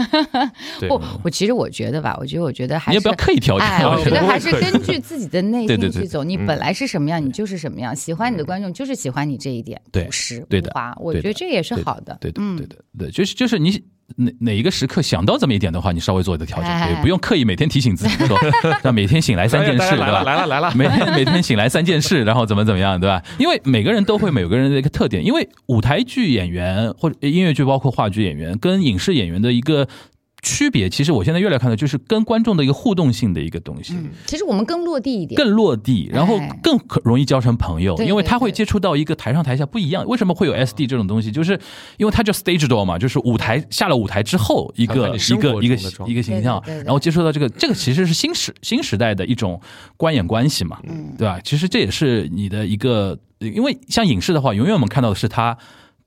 Speaker 3: 对，嗯
Speaker 1: 不，我其实我觉得吧，我觉得我觉得还
Speaker 2: 你也
Speaker 1: 是
Speaker 2: 不要刻意调
Speaker 1: 哎，
Speaker 2: 整，啊
Speaker 1: 我
Speaker 2: 我
Speaker 1: 觉
Speaker 2: 觉
Speaker 1: 得
Speaker 2: 得
Speaker 3: 不
Speaker 1: 还
Speaker 3: 会
Speaker 1: 是
Speaker 3: 刻意
Speaker 1: 根据自己的内
Speaker 2: 对对
Speaker 1: 心
Speaker 2: 对嗯
Speaker 1: 去走。你
Speaker 3: 嗯
Speaker 1: 本来是什么样，你就是什么样。喜欢你的观众就是喜欢你这一点，
Speaker 2: 对
Speaker 1: 朴实
Speaker 2: 对
Speaker 1: 无
Speaker 2: 的
Speaker 1: 华。我
Speaker 2: 对
Speaker 1: 觉得
Speaker 2: 的
Speaker 1: 这也是好的。
Speaker 2: 对的，
Speaker 1: 嗯
Speaker 2: 对的，对，就是就是你。哪哪一个时刻想到这么一点的话，你稍微做一个调整，
Speaker 1: 哎
Speaker 2: 也不用刻意每天提醒自己 说，让每天醒来三件事，
Speaker 3: 哎大家
Speaker 2: 对
Speaker 3: 来
Speaker 2: 吧？
Speaker 3: 了来了来了，
Speaker 2: 每天每 天醒来三件事，然后怎么怎么样，对吧？因为每个人都会每个人的一个特点，因为舞台剧演员或者音乐剧，包括话剧演员跟影视演员的一个区别，其实我现在越来越看到就是跟观众的一个互动性的一个东西。
Speaker 1: 嗯，其实我们更落地一点。
Speaker 2: 更落地，然后
Speaker 1: 哎
Speaker 2: 更可容易交成朋友，
Speaker 1: 对
Speaker 2: 因为他
Speaker 1: 对
Speaker 2: 会
Speaker 1: 对
Speaker 2: 接触到一个台上台下不一样。为什么会有 SD 这种东西？就是因为它叫 stage door 嘛，就是舞台下了舞台之后一
Speaker 3: 看
Speaker 2: 个
Speaker 3: 看你
Speaker 2: 一
Speaker 3: 生活
Speaker 2: 个一个
Speaker 3: 中的状态
Speaker 2: 一个形象
Speaker 1: 对对对，对
Speaker 2: 然后接触到这个这个其实是新时新时代的一种观演关系嘛，
Speaker 1: 嗯
Speaker 2: 对吧？其实这也是你的一个，因为像影视的话，永远我们看到的是它。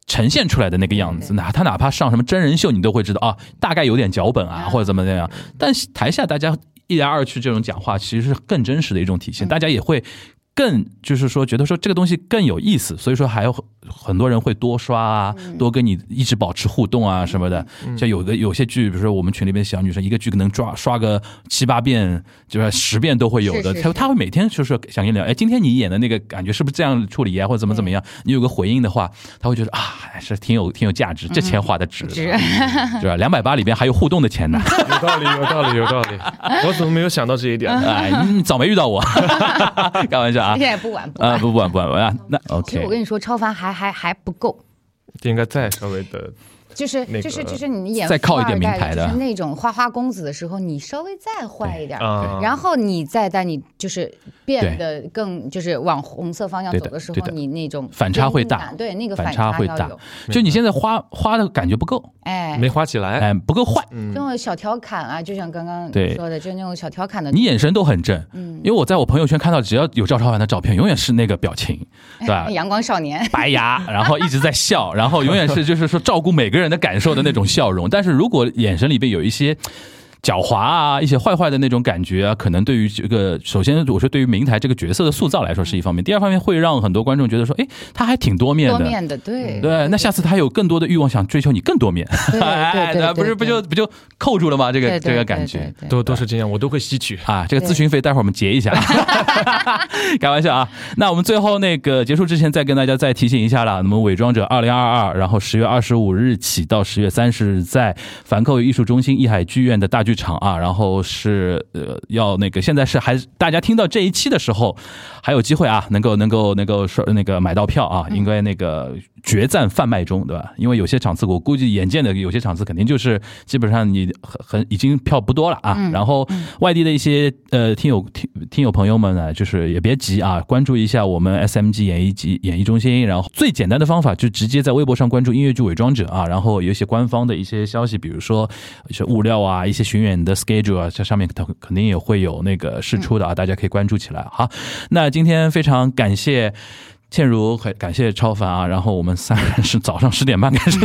Speaker 2: 呈现出来的那个样子，
Speaker 1: 对
Speaker 2: 哪他哪怕上什么真人秀，你都会知道啊，大概有点脚本啊，
Speaker 1: 嗯
Speaker 2: 或者怎么怎么样。但是台下大家一来二去这种讲话，其实是更真实的一种体现，
Speaker 1: 嗯
Speaker 2: 大家也会更就是说觉得说这个东西更有意思，所以说还有很很多人会多刷啊，
Speaker 1: 嗯
Speaker 2: 多跟你一直保持互动啊什么的。像有的有些剧，比如说我们群里边小女生，一个剧可能抓刷个七八遍，就是十遍都会有的。
Speaker 1: 是是
Speaker 2: 她
Speaker 1: 是
Speaker 2: 她会每天就是想跟你聊，哎，今天你演的那个感觉是不是这样处理啊，或者怎么怎么样？你有个回应的话，她会觉得啊，还是挺有挺有价值，这钱花的值，
Speaker 1: 值
Speaker 2: 对吧？两百八里边还有互动的 钱呢。
Speaker 3: 有道理，有道理，有道理。 我怎么没有想到这一点
Speaker 1: 嗯
Speaker 3: 呢？
Speaker 2: 哎，你早没遇到我， 开玩笑啊
Speaker 1: 现。在也 不晚不晚。
Speaker 2: 啊，不不不不啊，那
Speaker 1: 其实
Speaker 2: OK
Speaker 1: 我。跟你说，超凡还还还不够，
Speaker 3: 应该再稍微的
Speaker 1: 就是
Speaker 3: 那
Speaker 1: 就是
Speaker 3: 个
Speaker 1: 就是你演
Speaker 2: 再靠一点
Speaker 1: 富二代
Speaker 2: 名牌的啊
Speaker 1: 就是那种花花公子的时候，你稍微再坏一点儿，
Speaker 3: 啊，
Speaker 1: 然后你再带你就是变得更就是往红色方向
Speaker 2: 对
Speaker 1: 走
Speaker 2: 的
Speaker 1: 的时
Speaker 2: 对
Speaker 1: 候，
Speaker 2: 的
Speaker 1: 你那种
Speaker 2: 反差会大
Speaker 1: 艰难对那个
Speaker 2: 反
Speaker 1: 差
Speaker 2: 差会
Speaker 1: 要
Speaker 2: 大
Speaker 1: 有，
Speaker 2: 就你现在花花的感觉不够，
Speaker 1: 哎，
Speaker 3: 没花起来，
Speaker 2: 哎，不够坏，
Speaker 1: 这种小调侃啊，就像刚刚
Speaker 2: 对
Speaker 1: 说的，就那种小调侃的，
Speaker 2: 你眼神都很正。
Speaker 1: 嗯？
Speaker 2: 因为我在我朋友圈看到，只要有赵超凡的照片，永远是那个表情，对吧
Speaker 1: 阳光少年，
Speaker 2: 白牙，然后一直在笑，然后永远是就是说照顾每个人的感受的那种笑容。但是如果眼神里边有一些狡猾啊，一些坏坏的那种感觉啊，可能对于这个，首先我说对于明台这个角色的塑造来说是一方面，第二方面会让很多观众觉得说，哎，他还挺多面
Speaker 1: 多
Speaker 2: 的。嗯
Speaker 1: 面的，对
Speaker 2: 对，那下次他有更多的欲望想追求你更多面，
Speaker 1: 对对
Speaker 2: 哎，
Speaker 1: 对
Speaker 2: 那
Speaker 1: 对，
Speaker 2: 不是不就不就扣住了吗？这
Speaker 1: 对
Speaker 2: 个
Speaker 1: 对
Speaker 2: 这个
Speaker 1: 对
Speaker 2: 感
Speaker 1: 对
Speaker 2: 觉。
Speaker 1: 对对
Speaker 3: 都都是这样，我都会吸取。
Speaker 2: 啊，这个
Speaker 1: 对
Speaker 2: 咨询费待会儿我们结一下，开玩笑啊。 那我们最后那个结束之前，再跟大家再提醒一下啦。那么《伪装者二零二二》，然后十月二十五日起到十月三十日，在梵扣艺术中心艺海剧院的大剧场啊，然后是呃要那个现在是还大家听到这一期的时候，还有机会啊，能够能够能够说那个买到票啊，因为那个决战贩卖中，对吧？因为有些场次我估计眼见的有些场次肯定就是基本上你很很已经票不多了啊。然后外地的一些呃听友听听友朋友们呢，啊就是也别急啊，关注一下我们 SMG 演艺集演艺中心。然后最简单的方法就直接在微博上关注音乐剧伪装者啊，然后有一些官方的一些消息，比如说一些物料啊，一些巡演的 schedule 啊，这上面肯肯定也会有那个试出
Speaker 1: 嗯
Speaker 2: 的啊，大家可以关注起来。好，那今天非常感谢。倩茹，很感谢超凡啊，然后我们三人是早上十点 半开始，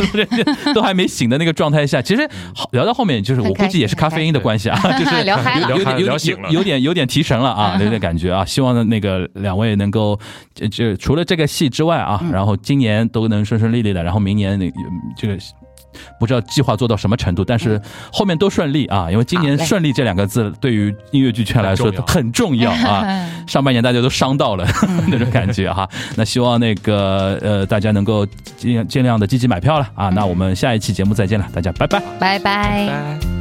Speaker 2: 都还没醒的那个状态下，其实好聊到后面，就是我
Speaker 1: 很
Speaker 2: 估
Speaker 1: 开
Speaker 2: 计也是
Speaker 1: 心
Speaker 2: 咖啡因的关系啊， 就是
Speaker 1: 聊嗨了
Speaker 2: 有点有
Speaker 3: 聊
Speaker 2: 点
Speaker 3: 醒了
Speaker 2: 有有点有点提神了啊，有点感觉啊，希望那个两位能够这这除了这个戏之外啊，然后今年都能顺顺利利的，然后明年那个这个。不知道计划做到什么程度，但是后面都顺利啊！因为今年
Speaker 1: 好嘞
Speaker 2: 顺利这两个字对于音乐剧圈来说
Speaker 3: 很重要
Speaker 2: 很重要嗯啊。 上半年大家都伤到了 那种感觉哈，那希望那个呃大家能够尽尽量的积极买票了啊！那我们下一期节目再见了，大家拜拜。
Speaker 1: 拜拜。
Speaker 3: 拜。